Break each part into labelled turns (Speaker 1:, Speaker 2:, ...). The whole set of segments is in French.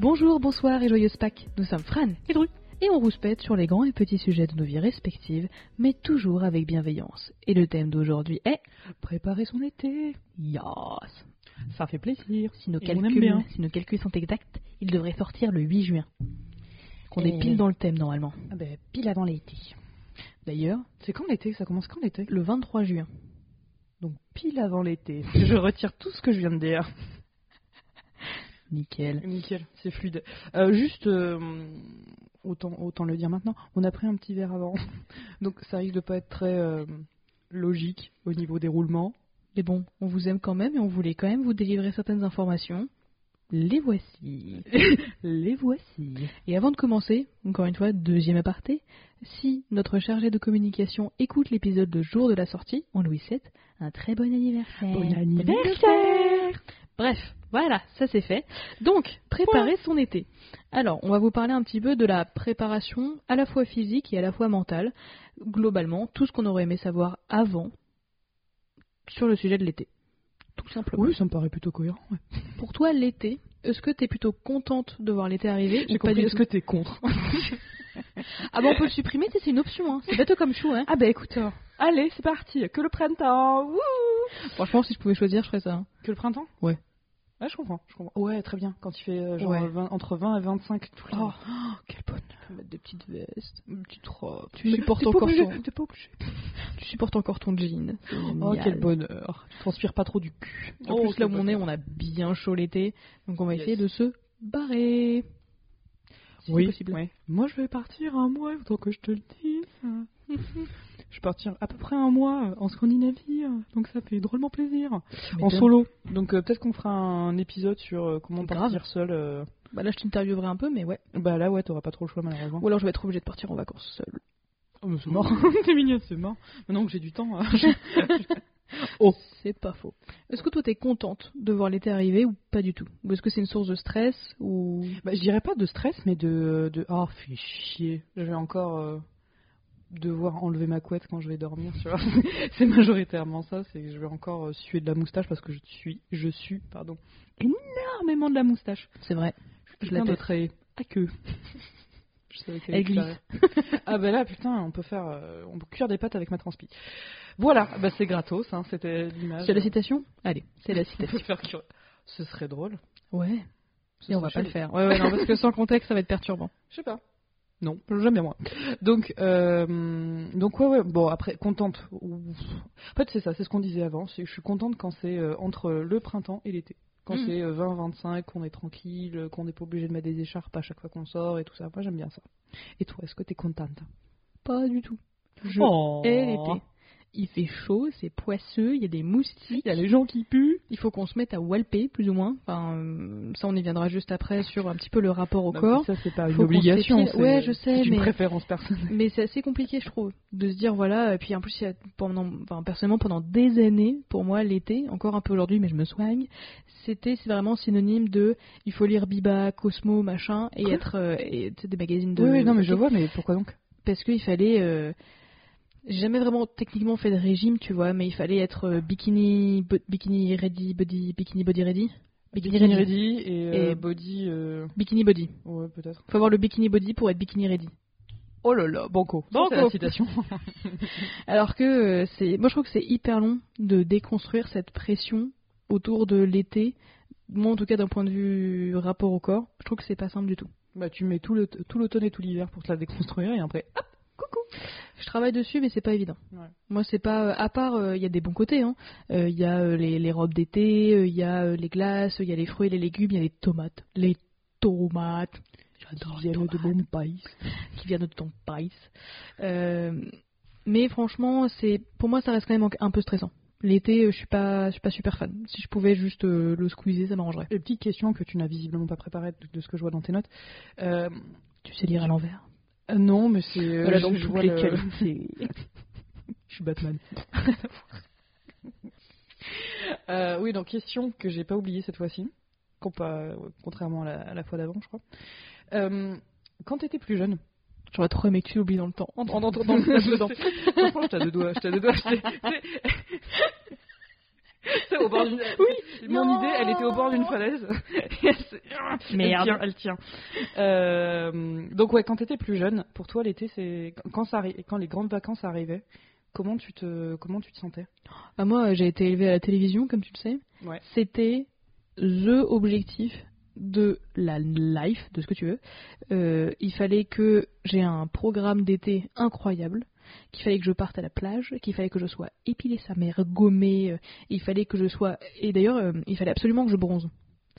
Speaker 1: Bonjour, bonsoir et joyeuse Pâques. Nous sommes Fran et Dru. Et on rouspète sur les grands et petits sujets de nos vies respectives, mais toujours avec bienveillance. Et le thème d'aujourd'hui est Préparer son été. Yas
Speaker 2: Ça fait plaisir.
Speaker 1: si nos,
Speaker 2: Et on aime
Speaker 1: calculs,
Speaker 2: bien.
Speaker 1: si nos calculs sont exacts, il devrait sortir le 8 juin. Qu'on est
Speaker 2: Et-
Speaker 1: pile dans le thème normalement.
Speaker 2: Ah ben, pile avant l'été.
Speaker 1: D'ailleurs,
Speaker 2: C'est quand l'été Ça commence quand l'été
Speaker 1: le 23 juin.
Speaker 2: Donc pile avant l'été. Je retire tout ce que je viens de dire.
Speaker 1: Nickel.
Speaker 2: Nickel, c'est fluide. Euh, juste, euh, autant, autant le dire maintenant, on a pris un petit verre avant. Donc ça risque de pas être très euh, logique au niveau des roulements.
Speaker 1: Mais bon, on vous aime quand même et on voulait quand même vous délivrer certaines informations. Les voici.
Speaker 2: Les voici.
Speaker 1: Et avant de commencer, encore une fois, deuxième aparté, si notre chargé de communication écoute l'épisode le jour de la sortie, on lui souhaite un très bon anniversaire.
Speaker 2: Bon anniversaire
Speaker 1: Bref, voilà, ça c'est fait. Donc, préparer son été. Alors, on va vous parler un petit peu de la préparation à la fois physique et à la fois mentale, globalement, tout ce qu'on aurait aimé savoir avant sur le sujet de l'été. Tout simplement.
Speaker 2: Oui, ça me paraît plutôt cohérent. ouais.
Speaker 1: Pour toi, l'été, est-ce que t'es plutôt contente de voir l'été arriver ou
Speaker 2: J'ai
Speaker 1: pas
Speaker 2: compris.
Speaker 1: du
Speaker 2: Est-ce
Speaker 1: tout
Speaker 2: que t'es contre
Speaker 1: Ah bah on peut le supprimer, tu sais, c'est une option, hein. c'est bateau comme chou. Hein.
Speaker 2: Ah ben écoute, euh, allez, c'est parti. Que le printemps. Wouh
Speaker 1: Ah, Franchement, si je pouvais choisir, je ferais ça. hein.
Speaker 2: Que le printemps
Speaker 1: Ouais.
Speaker 2: Ouais, je comprends, je comprends. Ouais, très bien. Quand il fait euh, genre
Speaker 1: Ouais.
Speaker 2: 20 entre 20 et 25 tout le temps.
Speaker 1: Oh, quel bonheur Mettre des petites vestes,
Speaker 2: une petite robe.
Speaker 1: Tu
Speaker 2: Mais
Speaker 1: supportes
Speaker 2: t'es pas
Speaker 1: encore
Speaker 2: obligé,
Speaker 1: ton-
Speaker 2: T'es pas obligé.
Speaker 1: tu supportes encore ton jean. c'est
Speaker 2: Oh,
Speaker 1: génial.
Speaker 2: quel bonheur. Tu transpires pas trop du cul. Oh,
Speaker 1: En plus, là où on est, on a bien chaud l'été, donc on va
Speaker 2: Yes.
Speaker 1: essayer de se barrer. Si
Speaker 2: Oui,
Speaker 1: c'est possible.
Speaker 2: ouais. Moi, je vais partir un mois, autant que je te le dis. je vais partir à peu près un mois euh, en Scandinavie, euh, donc ça fait drôlement plaisir. En
Speaker 1: Mais
Speaker 2: solo. Donc euh, peut-être qu'on fera un épisode sur euh, comment
Speaker 1: Grave.
Speaker 2: partir seul. euh.
Speaker 1: Bah là, je t'interviewerai un peu, mais ouais.
Speaker 2: Bah là, ouais, t'auras pas trop le choix malheureusement.
Speaker 1: Ou alors, je vais être obligée de partir en vacances seule.
Speaker 2: Oh, mais c'est mort. c'est mignon, c'est mort. Maintenant que j'ai du temps. euh, Oh.
Speaker 1: C'est pas faux. Est-ce que toi, t'es contente de voir l'été arriver ou pas du tout Ou est-ce que c'est une source de stress ou
Speaker 2: Bah, je dirais pas de stress, mais de, de oh, fais chier. Je vais encore euh, devoir enlever ma couette quand je vais dormir, tu vois. c'est majoritairement ça, c'est que je vais encore euh, suer de la moustache parce que je suis, je suis, pardon, énormément de la moustache.
Speaker 1: C'est vrai. Je
Speaker 2: Quelqu'un
Speaker 1: la
Speaker 2: de
Speaker 1: pète.
Speaker 2: très à queue. Je savais qu'elle
Speaker 1: Elle glisse.
Speaker 2: existerait. ah bah là, putain, on peut faire, euh, on peut cuire des pâtes avec ma transpi. Voilà, bah c'est gratos, hein, c'était l'image.
Speaker 1: C'est la citation Allez, c'est la
Speaker 2: On peut
Speaker 1: citation.
Speaker 2: faire cuire. Ce serait drôle.
Speaker 1: ouais.
Speaker 2: Ce
Speaker 1: Et on va
Speaker 2: serait
Speaker 1: pas le faire. Ouais, ouais, non, parce que sans contexte, ça va être perturbant.
Speaker 2: Je sais pas. Non, jamais moi. Donc, euh, donc ouais, ouais. Bon, après, contente. Ouf. En fait, c'est ça, c'est ce qu'on disait avant. C'est que je suis contente quand c'est euh, entre le printemps et l'été. Quand
Speaker 1: Mhm.
Speaker 2: c'est 20-25, qu'on est tranquille, euh, qu'on n'est pas obligé de mettre des écharpes à chaque fois qu'on sort et tout ça. Moi, j'aime bien ça. Et toi, est-ce que t'es contente
Speaker 1: Pas du tout. Je
Speaker 2: Oh.
Speaker 1: hais l'été. Il fait chaud, c'est poisseux, il y a des moustiques.
Speaker 2: Il y a les gens qui puent.
Speaker 1: Il faut qu'on se mette à walper, plus ou moins. Enfin, euh, ça, on y viendra juste après sur un petit peu le rapport au
Speaker 2: Non,
Speaker 1: corps.
Speaker 2: mais Ça, c'est pas
Speaker 1: Faut
Speaker 2: une
Speaker 1: qu'on
Speaker 2: obligation.
Speaker 1: s'épile. Ouais, je sais,
Speaker 2: C'est une
Speaker 1: mais-
Speaker 2: préférence personnelle.
Speaker 1: Mais c'est assez compliqué, je trouve, de se dire voilà. Et puis en plus, il y a pendant, enfin, personnellement, pendant des années, pour moi, l'été, encore un peu aujourd'hui, mais je me soigne, c'était c'est vraiment synonyme de il faut lire Biba, Cosmo, machin, et
Speaker 2: Quoi
Speaker 1: être euh, et, tu sais, des magazines de.
Speaker 2: Oui, oui, non, mais je vois, mais pourquoi donc
Speaker 1: Parce qu'il fallait. euh, j'ai jamais vraiment techniquement fait de régime, tu vois, mais il fallait être euh, bikini, bo- bikini ready, body, bikini body ready, bikini, ready.
Speaker 2: ready et, euh,
Speaker 1: Et-
Speaker 2: body. euh,
Speaker 1: bikini body.
Speaker 2: Ouais, peut-être.
Speaker 1: Faut avoir le bikini body pour être bikini ready.
Speaker 2: Oh là là, banco. Ça,
Speaker 1: Banco.
Speaker 2: c'est la citation.
Speaker 1: Alors que euh, c'est, moi je trouve que c'est hyper long de déconstruire cette pression autour de l'été. Moi en tout cas d'un point de vue rapport au corps, je trouve que c'est pas simple du tout.
Speaker 2: Bah, tu mets tout le- tout l'automne et tout l'hiver pour te la déconstruire et après. hop, coucou.
Speaker 1: Je travaille dessus mais c'est pas évident.
Speaker 2: Ouais.
Speaker 1: Moi c'est pas, euh, à part il y a des bons côtés, hein. Euh, il y a euh, les, les robes d'été, euh, il y a euh, les glaces, il y a les fruits, les légumes, il y a les tomates, les tomates. J'adore les tomates.
Speaker 2: bon pays.
Speaker 1: qui vient de ton pays. Euh, mais franchement, c'est pour moi ça reste quand même un peu stressant. L'été, euh, je suis pas, je suis pas super fan. Si je pouvais juste euh, le squeezer, ça m'arrangerait.
Speaker 2: Et petite question que tu n'as visiblement pas préparée de, de ce que je vois dans tes notes. Euh,
Speaker 1: Tu sais lire à l'envers.
Speaker 2: euh, non, mais c'est. euh,
Speaker 1: Voilà
Speaker 2: je-
Speaker 1: donc
Speaker 2: je
Speaker 1: toutes
Speaker 2: vois
Speaker 1: les
Speaker 2: le-
Speaker 1: qualités.
Speaker 2: Je suis Batman. Euh, oui, donc question que j'ai pas oubliée cette fois-ci, compa- euh, contrairement à la, à la fois d'avant, je crois. Euh, quand t'étais plus jeune,
Speaker 1: J'aurais trop aimé que tu l'oublies dans le temps.
Speaker 2: en en- en- dans le dedans. Franchement, je t'ai deux doigts, je t'ai deux doigts. c'est- c'est- C'est au bord d'une.
Speaker 1: Oui,
Speaker 2: Mon
Speaker 1: non.
Speaker 2: idée, elle était au bord d'une falaise. Et elle se-
Speaker 1: Merde.
Speaker 2: Elle tient. Elle tient. Euh, donc ouais, quand t'étais plus jeune, pour toi l'été, c'est quand ça arri- quand les grandes vacances arrivaient, comment tu te comment tu te sentais
Speaker 1: Bah, moi, j'ai été élevée à la télévision, comme tu le sais.
Speaker 2: Ouais.
Speaker 1: C'était the objectif de la life, de ce que tu veux. Euh, il fallait que j'ai un programme d'été incroyable, qu'il fallait que je parte à la plage, qu'il fallait que je sois épilée sa mère, gommée, euh, il fallait que je sois... Et d'ailleurs, euh, il fallait absolument que je bronze.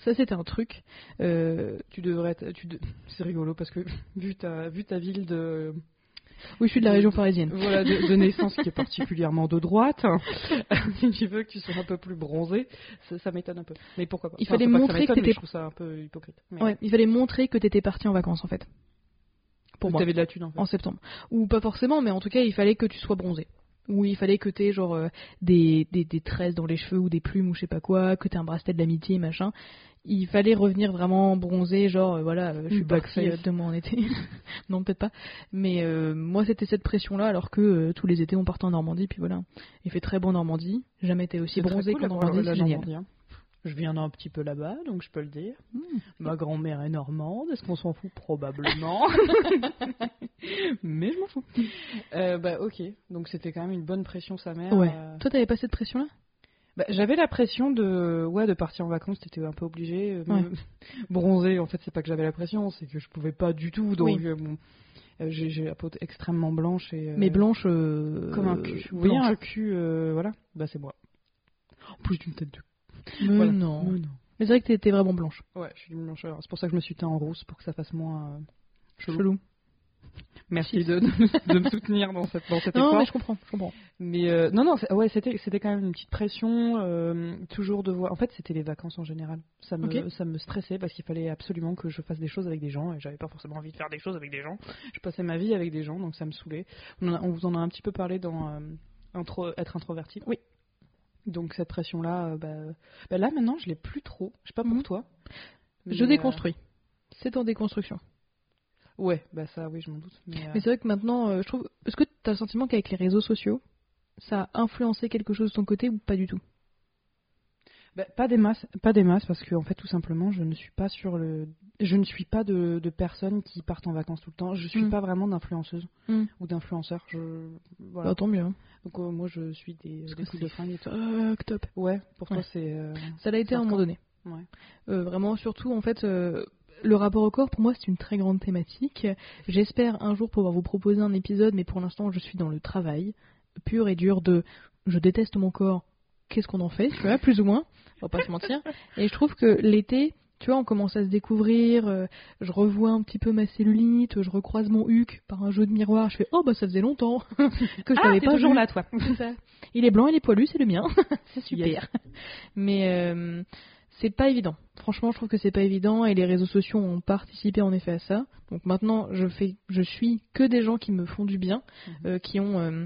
Speaker 1: Ça, c'était un truc. Euh,
Speaker 2: Tu devrais être- tu de- c'est rigolo parce que vu ta vu ta ville de
Speaker 1: Oui, je suis de la région parisienne.
Speaker 2: voilà de, de naissance qui est particulièrement de droite, hein, si tu veux que tu sois un peu plus bronzé, ça, ça m'étonne un peu. Mais pourquoi pas
Speaker 1: Il fallait
Speaker 2: c'est pas ça
Speaker 1: montrer que
Speaker 2: m'étonne, mais
Speaker 1: t'étais-
Speaker 2: Je trouve ça un peu hypocrite. Mais
Speaker 1: Ouais, il fallait montrer que t'étais parti en vacances, en fait. Pour
Speaker 2: que
Speaker 1: moi.
Speaker 2: T'avais de la thune en fait.
Speaker 1: en septembre. Ou pas forcément, mais en tout cas, il fallait que tu sois bronzé. Ou il fallait que t'aies genre euh, des, des, des tresses dans les cheveux ou des plumes ou je sais pas quoi, que t'aies un bracelet de l'amitié, machin. Il fallait revenir vraiment bronzé, genre euh, voilà, euh, je suis
Speaker 2: Une black
Speaker 1: partie
Speaker 2: face.
Speaker 1: euh, deux mois en été. non, peut-être pas. Mais euh, moi, c'était cette pression-là, alors que euh, tous les étés, on partait en Normandie, puis voilà. Il fait très bon en Normandie. Jamais été aussi
Speaker 2: C'est très
Speaker 1: bronzé
Speaker 2: cool,
Speaker 1: qu'en
Speaker 2: la-
Speaker 1: Normandie,
Speaker 2: la
Speaker 1: c'est génial.
Speaker 2: Normandie, hein. Je viens d'un petit peu là-bas, donc je peux le dire.
Speaker 1: Mmh.
Speaker 2: Ma grand-mère est normande, est-ce qu'on s'en fout Probablement. Mais je m'en fous. Euh, bah ok, donc c'était quand même une bonne pression sa mère.
Speaker 1: Ouais.
Speaker 2: euh.
Speaker 1: Toi, t'avais pas cette pression-là
Speaker 2: Bah, J'avais la pression de ouais de partir en vacances, t'étais un peu obligé. euh,
Speaker 1: Ouais.
Speaker 2: me- Bronzer, en fait, c'est pas que j'avais la pression, c'est que je pouvais pas du tout. Donc
Speaker 1: Oui.
Speaker 2: euh, bon, euh, j'ai j'ai la peau extrêmement blanche et euh,
Speaker 1: Mais blanche. euh,
Speaker 2: comme un cul.
Speaker 1: blanche.
Speaker 2: Oui, un cul, euh, voilà. Bah c'est moi. En plus d'une tête de.
Speaker 1: Mais
Speaker 2: Voilà.
Speaker 1: Oh, non.
Speaker 2: Mais non.
Speaker 1: Mais c'est vrai que t'étais vraiment blanche.
Speaker 2: Ouais, je suis une blancheur. C'est pour ça que je me suis teint en rousse, pour que ça fasse moins. euh, chelou.
Speaker 1: Chelou.
Speaker 2: Merci de, de me soutenir dans, cette, dans cet
Speaker 1: Non,
Speaker 2: effort.
Speaker 1: mais je comprends, je comprends.
Speaker 2: Mais, euh, non, non, c'est- ouais, c'était, c'était quand même une petite pression, euh, toujours de voir. En fait, c'était les vacances en général. Ça me,
Speaker 1: Ok.
Speaker 2: ça me stressait parce qu'il fallait absolument que je fasse des choses avec des gens et j'avais pas forcément envie de faire des choses avec des gens. Je passais ma vie avec des gens, donc ça me saoulait. On, en a- on vous en a un petit peu parlé dans euh, intro- être introverti. Oui. Donc cette pression-là, euh, bah, bah là maintenant, je l'ai plus trop. Je sais pas pour
Speaker 1: Mhm.
Speaker 2: toi.
Speaker 1: Je
Speaker 2: mais, euh,
Speaker 1: déconstruis. C'est en déconstruction.
Speaker 2: ouais, bah ça, oui, je m'en doute. Mais, euh,
Speaker 1: Mais c'est vrai que maintenant, euh, je trouve. Est-ce que tu as le sentiment qu'avec les réseaux sociaux, ça a influencé quelque chose de ton côté ou pas du tout
Speaker 2: Bah, pas des masses, pas des masses, parce que en fait tout simplement je ne suis pas sur le, je ne suis pas de, de personnes qui partent en vacances tout le temps. Je suis
Speaker 1: Mm.
Speaker 2: pas vraiment d'influenceuse
Speaker 1: Mm.
Speaker 2: ou d'influenceur. Je voilà.
Speaker 1: Bah, Tant mieux. hein.
Speaker 2: Donc euh, moi je suis des,
Speaker 1: Parce
Speaker 2: des
Speaker 1: que
Speaker 2: coups de fringues et tout.
Speaker 1: Fuck, top.
Speaker 2: Ouais, pour toi
Speaker 1: Ouais.
Speaker 2: c'est. euh,
Speaker 1: Ça l'a été à un moment donné.
Speaker 2: Ouais.
Speaker 1: Euh, vraiment, surtout, en fait, euh, le rapport au corps, pour moi, c'est une très grande thématique. J'espère un jour pouvoir vous proposer un épisode, mais pour l'instant, je suis dans le travail pur et dur de je déteste mon corps, qu'est-ce qu'on en fait, tu vois, plus ou moins, on va pas se mentir. Et je trouve que l'été, tu vois, on commence à se découvrir, euh, je revois un petit peu ma cellulite, je recroise mon huc par un jeu de miroir, je fais oh bah ça faisait longtemps que je t'avais
Speaker 2: Ah, t'es
Speaker 1: pas
Speaker 2: toujours
Speaker 1: vu.
Speaker 2: là toi.
Speaker 1: Ah, C'est ça. Il est blanc, il est poilu, c'est le mien. c'est super.
Speaker 2: Yes.
Speaker 1: Mais euh, c'est pas évident. Franchement, je trouve que c'est pas évident et les réseaux sociaux ont participé en effet à ça. Donc maintenant, je fais, je suis que des gens qui me font du bien,
Speaker 2: Mhm.
Speaker 1: euh, qui ont euh,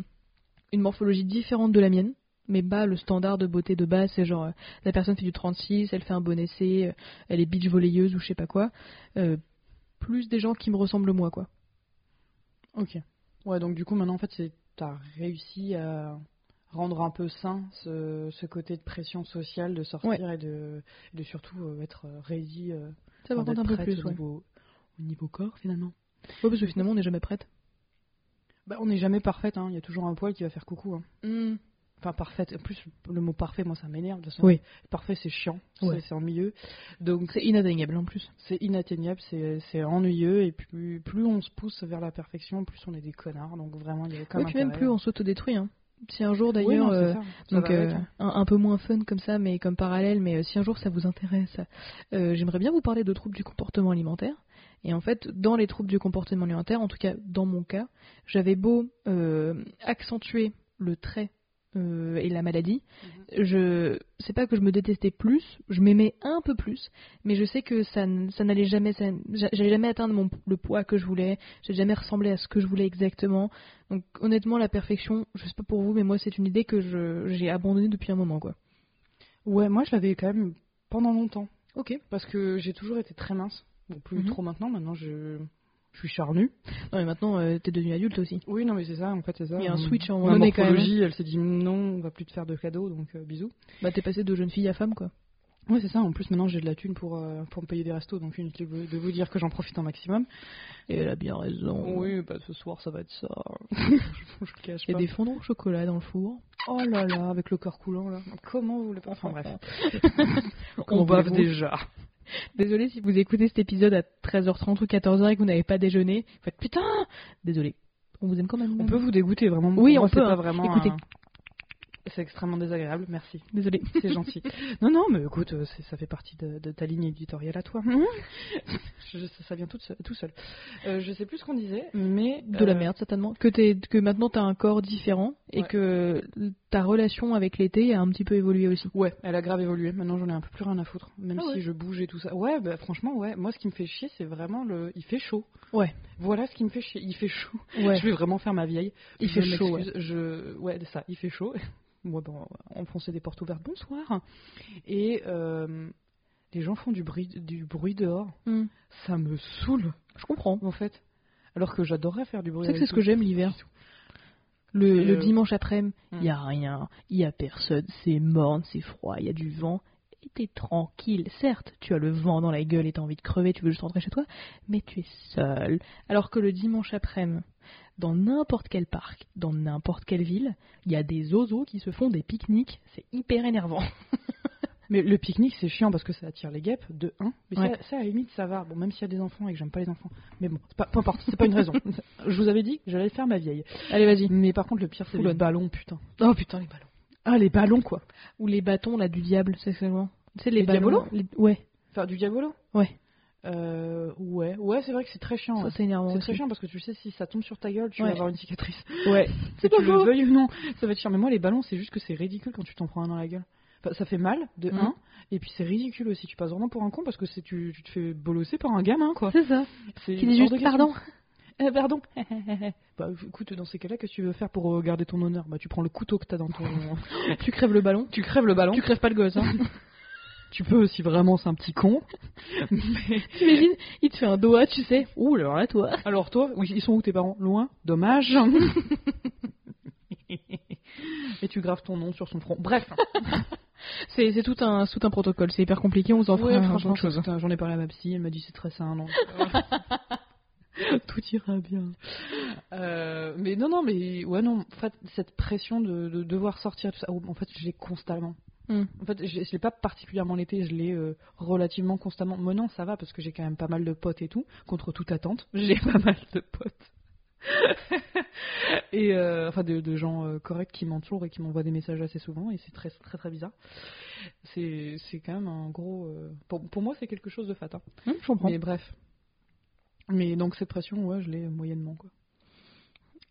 Speaker 1: une morphologie différente de la mienne. Mais bah, le standard de beauté de base, c'est genre euh, la personne fait du 36, elle fait un bon essai, euh, elle est beach volleyeuse ou je sais pas quoi. Euh, plus des gens qui me ressemblent moi, quoi.
Speaker 2: Ok. Ouais donc du coup maintenant en fait c'est t'as réussi à rendre un peu sain ce, ce côté de pression sociale de sortir et de, de surtout euh, être euh, ready euh,
Speaker 1: Ça va
Speaker 2: enfin,
Speaker 1: prendre un
Speaker 2: d'être
Speaker 1: peu
Speaker 2: prête
Speaker 1: plus,
Speaker 2: au
Speaker 1: ouais.
Speaker 2: niveau- au niveau corps finalement.
Speaker 1: Ouais, parce que finalement, on n'est jamais prête.
Speaker 2: Bah, on n'est jamais parfaite, hein. il y a toujours un poil qui va faire coucou. hein. Enfin, parfaite, en plus le mot parfait, moi ça m'énerve de toute façon.
Speaker 1: Oui.
Speaker 2: Parfait, c'est chiant,
Speaker 1: Ouais.
Speaker 2: c'est- c'est ennuyeux. Donc
Speaker 1: C'est inatteignable en plus.
Speaker 2: c'est inatteignable, c'est c'est ennuyeux, et plus, plus on se pousse vers la perfection, plus on est des connards. Donc vraiment, il y a aucun
Speaker 1: Oui, puis même
Speaker 2: intérêt.
Speaker 1: plus on s'autodétruit. Hein. Si un jour
Speaker 2: Oui,
Speaker 1: d'ailleurs,
Speaker 2: non, c'est
Speaker 1: euh,
Speaker 2: ça, ça
Speaker 1: donc
Speaker 2: va avec,
Speaker 1: euh,
Speaker 2: hein.
Speaker 1: un, un peu moins fun comme ça, mais comme parallèle, mais euh, si un jour ça vous intéresse, euh, j'aimerais bien vous parler de troubles du comportement alimentaire. Et en fait, dans les troubles du comportement alimentaire, en tout cas dans mon cas, j'avais beau euh, accentuer le trait euh, et la maladie,
Speaker 2: Mm-hmm.
Speaker 1: je c'est pas que je me détestais plus, je m'aimais un peu plus, mais je sais que ça, n- ça n'allait jamais, ça- j'a- j'allais jamais atteindre mon, le poids que je voulais, j'ai jamais ressemblé à ce que je voulais exactement. Donc honnêtement, la perfection, je sais pas pour vous, mais moi c'est une idée que je- j'ai abandonnée depuis un moment quoi.
Speaker 2: Ouais, moi je l'avais quand même pendant longtemps,
Speaker 1: Ok.
Speaker 2: parce que j'ai toujours été très mince. Bon, plus
Speaker 1: Mhm.
Speaker 2: trop maintenant, maintenant je. je suis charnu.
Speaker 1: Non, mais maintenant, euh, t'es devenu adulte aussi.
Speaker 2: Oui, non, mais c'est ça, en fait, c'est ça.
Speaker 1: Il y a un
Speaker 2: Euh,
Speaker 1: switch à un
Speaker 2: ma
Speaker 1: moment donné, quand même.
Speaker 2: morphologie, elle s'est dit non, on va plus te faire de cadeaux, donc euh, bisous.
Speaker 1: Bah, t'es passé de jeune fille à femme, quoi.
Speaker 2: Ouais, c'est ça. En plus, maintenant, j'ai de la thune pour, euh, pour me payer des restos, donc inutile de vous- de vous dire que j'en profite un maximum.
Speaker 1: Et elle a bien raison.
Speaker 2: bah ce soir, ça va être ça. je, je le cache
Speaker 1: Il y
Speaker 2: pas.
Speaker 1: a des fondants au chocolat dans le four.
Speaker 2: Oh là là, avec le cœur coulant, là. Comment vous voulez pas Enfin, bref.
Speaker 1: On bave
Speaker 2: déjà.
Speaker 1: Désolé si vous écoutez cet épisode à 13h30 ou 14h et que vous n'avez pas déjeuné. Vous faites putain Désolé. On vous aime quand même.
Speaker 2: On peut vous dégoûter, vraiment.
Speaker 1: Oui, on
Speaker 2: Pour moi, c'est
Speaker 1: peut,
Speaker 2: Pas
Speaker 1: hein.
Speaker 2: vraiment,
Speaker 1: Écoutez.
Speaker 2: un- C'est extrêmement désagréable, merci.
Speaker 1: Désolé.
Speaker 2: C'est gentil. Non, non, mais écoute, euh, c'est- ça fait partie de, de ta ligne éditoriale à toi. Je- ça, ça vient tout seul. Tout seul. Euh, je sais plus ce qu'on disait, mais.
Speaker 1: De la
Speaker 2: euh,
Speaker 1: merde, certainement. Que, t'es- que maintenant t'as un corps différent et
Speaker 2: Ouais.
Speaker 1: que ta relation avec l'été a un petit peu évolué aussi.
Speaker 2: Ouais, elle a grave évolué. Maintenant, j'en ai un peu plus rien à foutre. Même
Speaker 1: Ah
Speaker 2: si
Speaker 1: ouais.
Speaker 2: je bouge et tout ça. Ouais, bah, franchement, ouais. Moi, ce qui me fait chier, c'est vraiment le. Il fait chaud.
Speaker 1: Ouais.
Speaker 2: Voilà ce qui me fait chier. Il fait chaud.
Speaker 1: Ouais.
Speaker 2: Je vais vraiment faire ma vieille.
Speaker 1: Il
Speaker 2: Je
Speaker 1: fait chaud,
Speaker 2: m'excuse, Je... Ouais, c'est ça. Il fait chaud. Moi, bon, on fonçait des portes ouvertes. Bonsoir. Et euh, les gens font du bruit, du bruit dehors.
Speaker 1: Hmm.
Speaker 2: Ça me saoule.
Speaker 1: Je comprends.
Speaker 2: en fait. Alors que j'adorerais faire du bruit.
Speaker 1: Tu sais que
Speaker 2: avec
Speaker 1: c'est ce que
Speaker 2: eux.
Speaker 1: j'aime l'hiver. Le,
Speaker 2: Et
Speaker 1: le
Speaker 2: le-
Speaker 1: dimanche après-midi, il
Speaker 2: Hmm.
Speaker 1: n'y a rien, il n'y a personne, c'est morne, c'est froid, il y a du vent, et t'es tranquille. Certes, tu as le vent dans la gueule et t'as envie de crever, tu veux juste rentrer chez toi, mais tu es seul. Alors que le dimanche après-midi, dans n'importe quel parc, dans n'importe quelle ville, il y a des oiseaux qui se font des pique-niques, c'est hyper énervant.
Speaker 2: Mais le pique-nique, c'est chiant parce que ça attire les guêpes, de 1. Mais
Speaker 1: Ouais.
Speaker 2: ça, ça, à la limite, ça va. Bon, même s'il y a des enfants et que j'aime pas les enfants. Mais bon, c'est pas, peu importe, c'est pas une raison. Je vous avais dit que j'allais faire ma vieille.
Speaker 1: Allez, vas-y.
Speaker 2: Mais par contre, le pire, c'est les
Speaker 1: Foulonne.
Speaker 2: ballons, putain.
Speaker 1: Oh putain, les ballons.
Speaker 2: Ah, les ballons, quoi.
Speaker 1: Ou les bâtons, là, du diable, c'est seulement. Tu sais, les,
Speaker 2: Les
Speaker 1: ballons.
Speaker 2: diabolos
Speaker 1: les- Ouais,
Speaker 2: Faire du diabolo
Speaker 1: Ouais.
Speaker 2: Euh, ouais, ouais, c'est vrai que c'est très chiant.
Speaker 1: ça
Speaker 2: ouais.
Speaker 1: Ah, c'est énervant.
Speaker 2: C'est très
Speaker 1: aussi.
Speaker 2: chiant parce que tu sais, si ça tombe sur ta gueule, tu
Speaker 1: Ouais.
Speaker 2: vas avoir une cicatrice.
Speaker 1: Ouais,
Speaker 2: que
Speaker 1: c'est pas
Speaker 2: tu le
Speaker 1: faux.
Speaker 2: veuilles ou non, ça va être chiant. Mais moi, les ballons, c'est juste que c'est ridicule quand tu t'en prends un dans la gueule. Enfin, ça fait mal, de
Speaker 1: Mhm.
Speaker 2: 1, et puis c'est ridicule aussi. Tu passes vraiment pour un con parce que c'est- tu, tu te fais bolosser par un gamin, quoi.
Speaker 1: C'est ça.
Speaker 2: C'est
Speaker 1: Qui dit
Speaker 2: hors
Speaker 1: juste
Speaker 2: de question.
Speaker 1: pardon.
Speaker 2: Eh, pardon. bah, écoute, dans ces cas-là, qu'est-ce que tu veux faire pour euh, garder ton honneur Bah, tu prends le couteau que t'as dans ton.
Speaker 1: Tu crèves le ballon.
Speaker 2: tu crèves le ballon.
Speaker 1: Tu
Speaker 2: Tu,
Speaker 1: crèves pas le gosse, hein.
Speaker 2: peux, si vraiment c'est un petit con.
Speaker 1: T'imagines, il te fait un doha, tu sais. Ouh, alors là, toi.
Speaker 2: Alors, toi, oui, ils sont où tes parents Loin Dommage. et tu graves ton nom sur son front. Bref.
Speaker 1: C'est c'est tout un, tout un protocole, c'est hyper compliqué, on s'en
Speaker 2: Ouais,
Speaker 1: fera un
Speaker 2: franchement,
Speaker 1: autre chose.
Speaker 2: putain, j'en ai parlé à ma psy, elle m'a dit c'est très sain, non. Tout ira bien. Euh, mais non, non, mais ouais, non, en fait, cette pression de, de devoir sortir, tout ça, oh, en fait, je l'ai constamment.
Speaker 1: Hmm.
Speaker 2: En fait, je, je l'ai pas particulièrement l'été, je l'ai euh, relativement constamment. Moi, non, ça va parce que j'ai quand même pas mal de potes et tout, contre toute attente, j'ai pas mal de potes. et euh, enfin, de, de gens euh, corrects qui m'entourent et qui m'envoient des messages assez souvent, et c'est très, très, très bizarre c'est c'est quand même un gros. euh, pour, pour moi, c'est quelque chose de fat. hein.
Speaker 1: Hum, je comprends.
Speaker 2: Mais bref. Mais donc, cette pression, ouais, je l'ai moyennement. Quoi.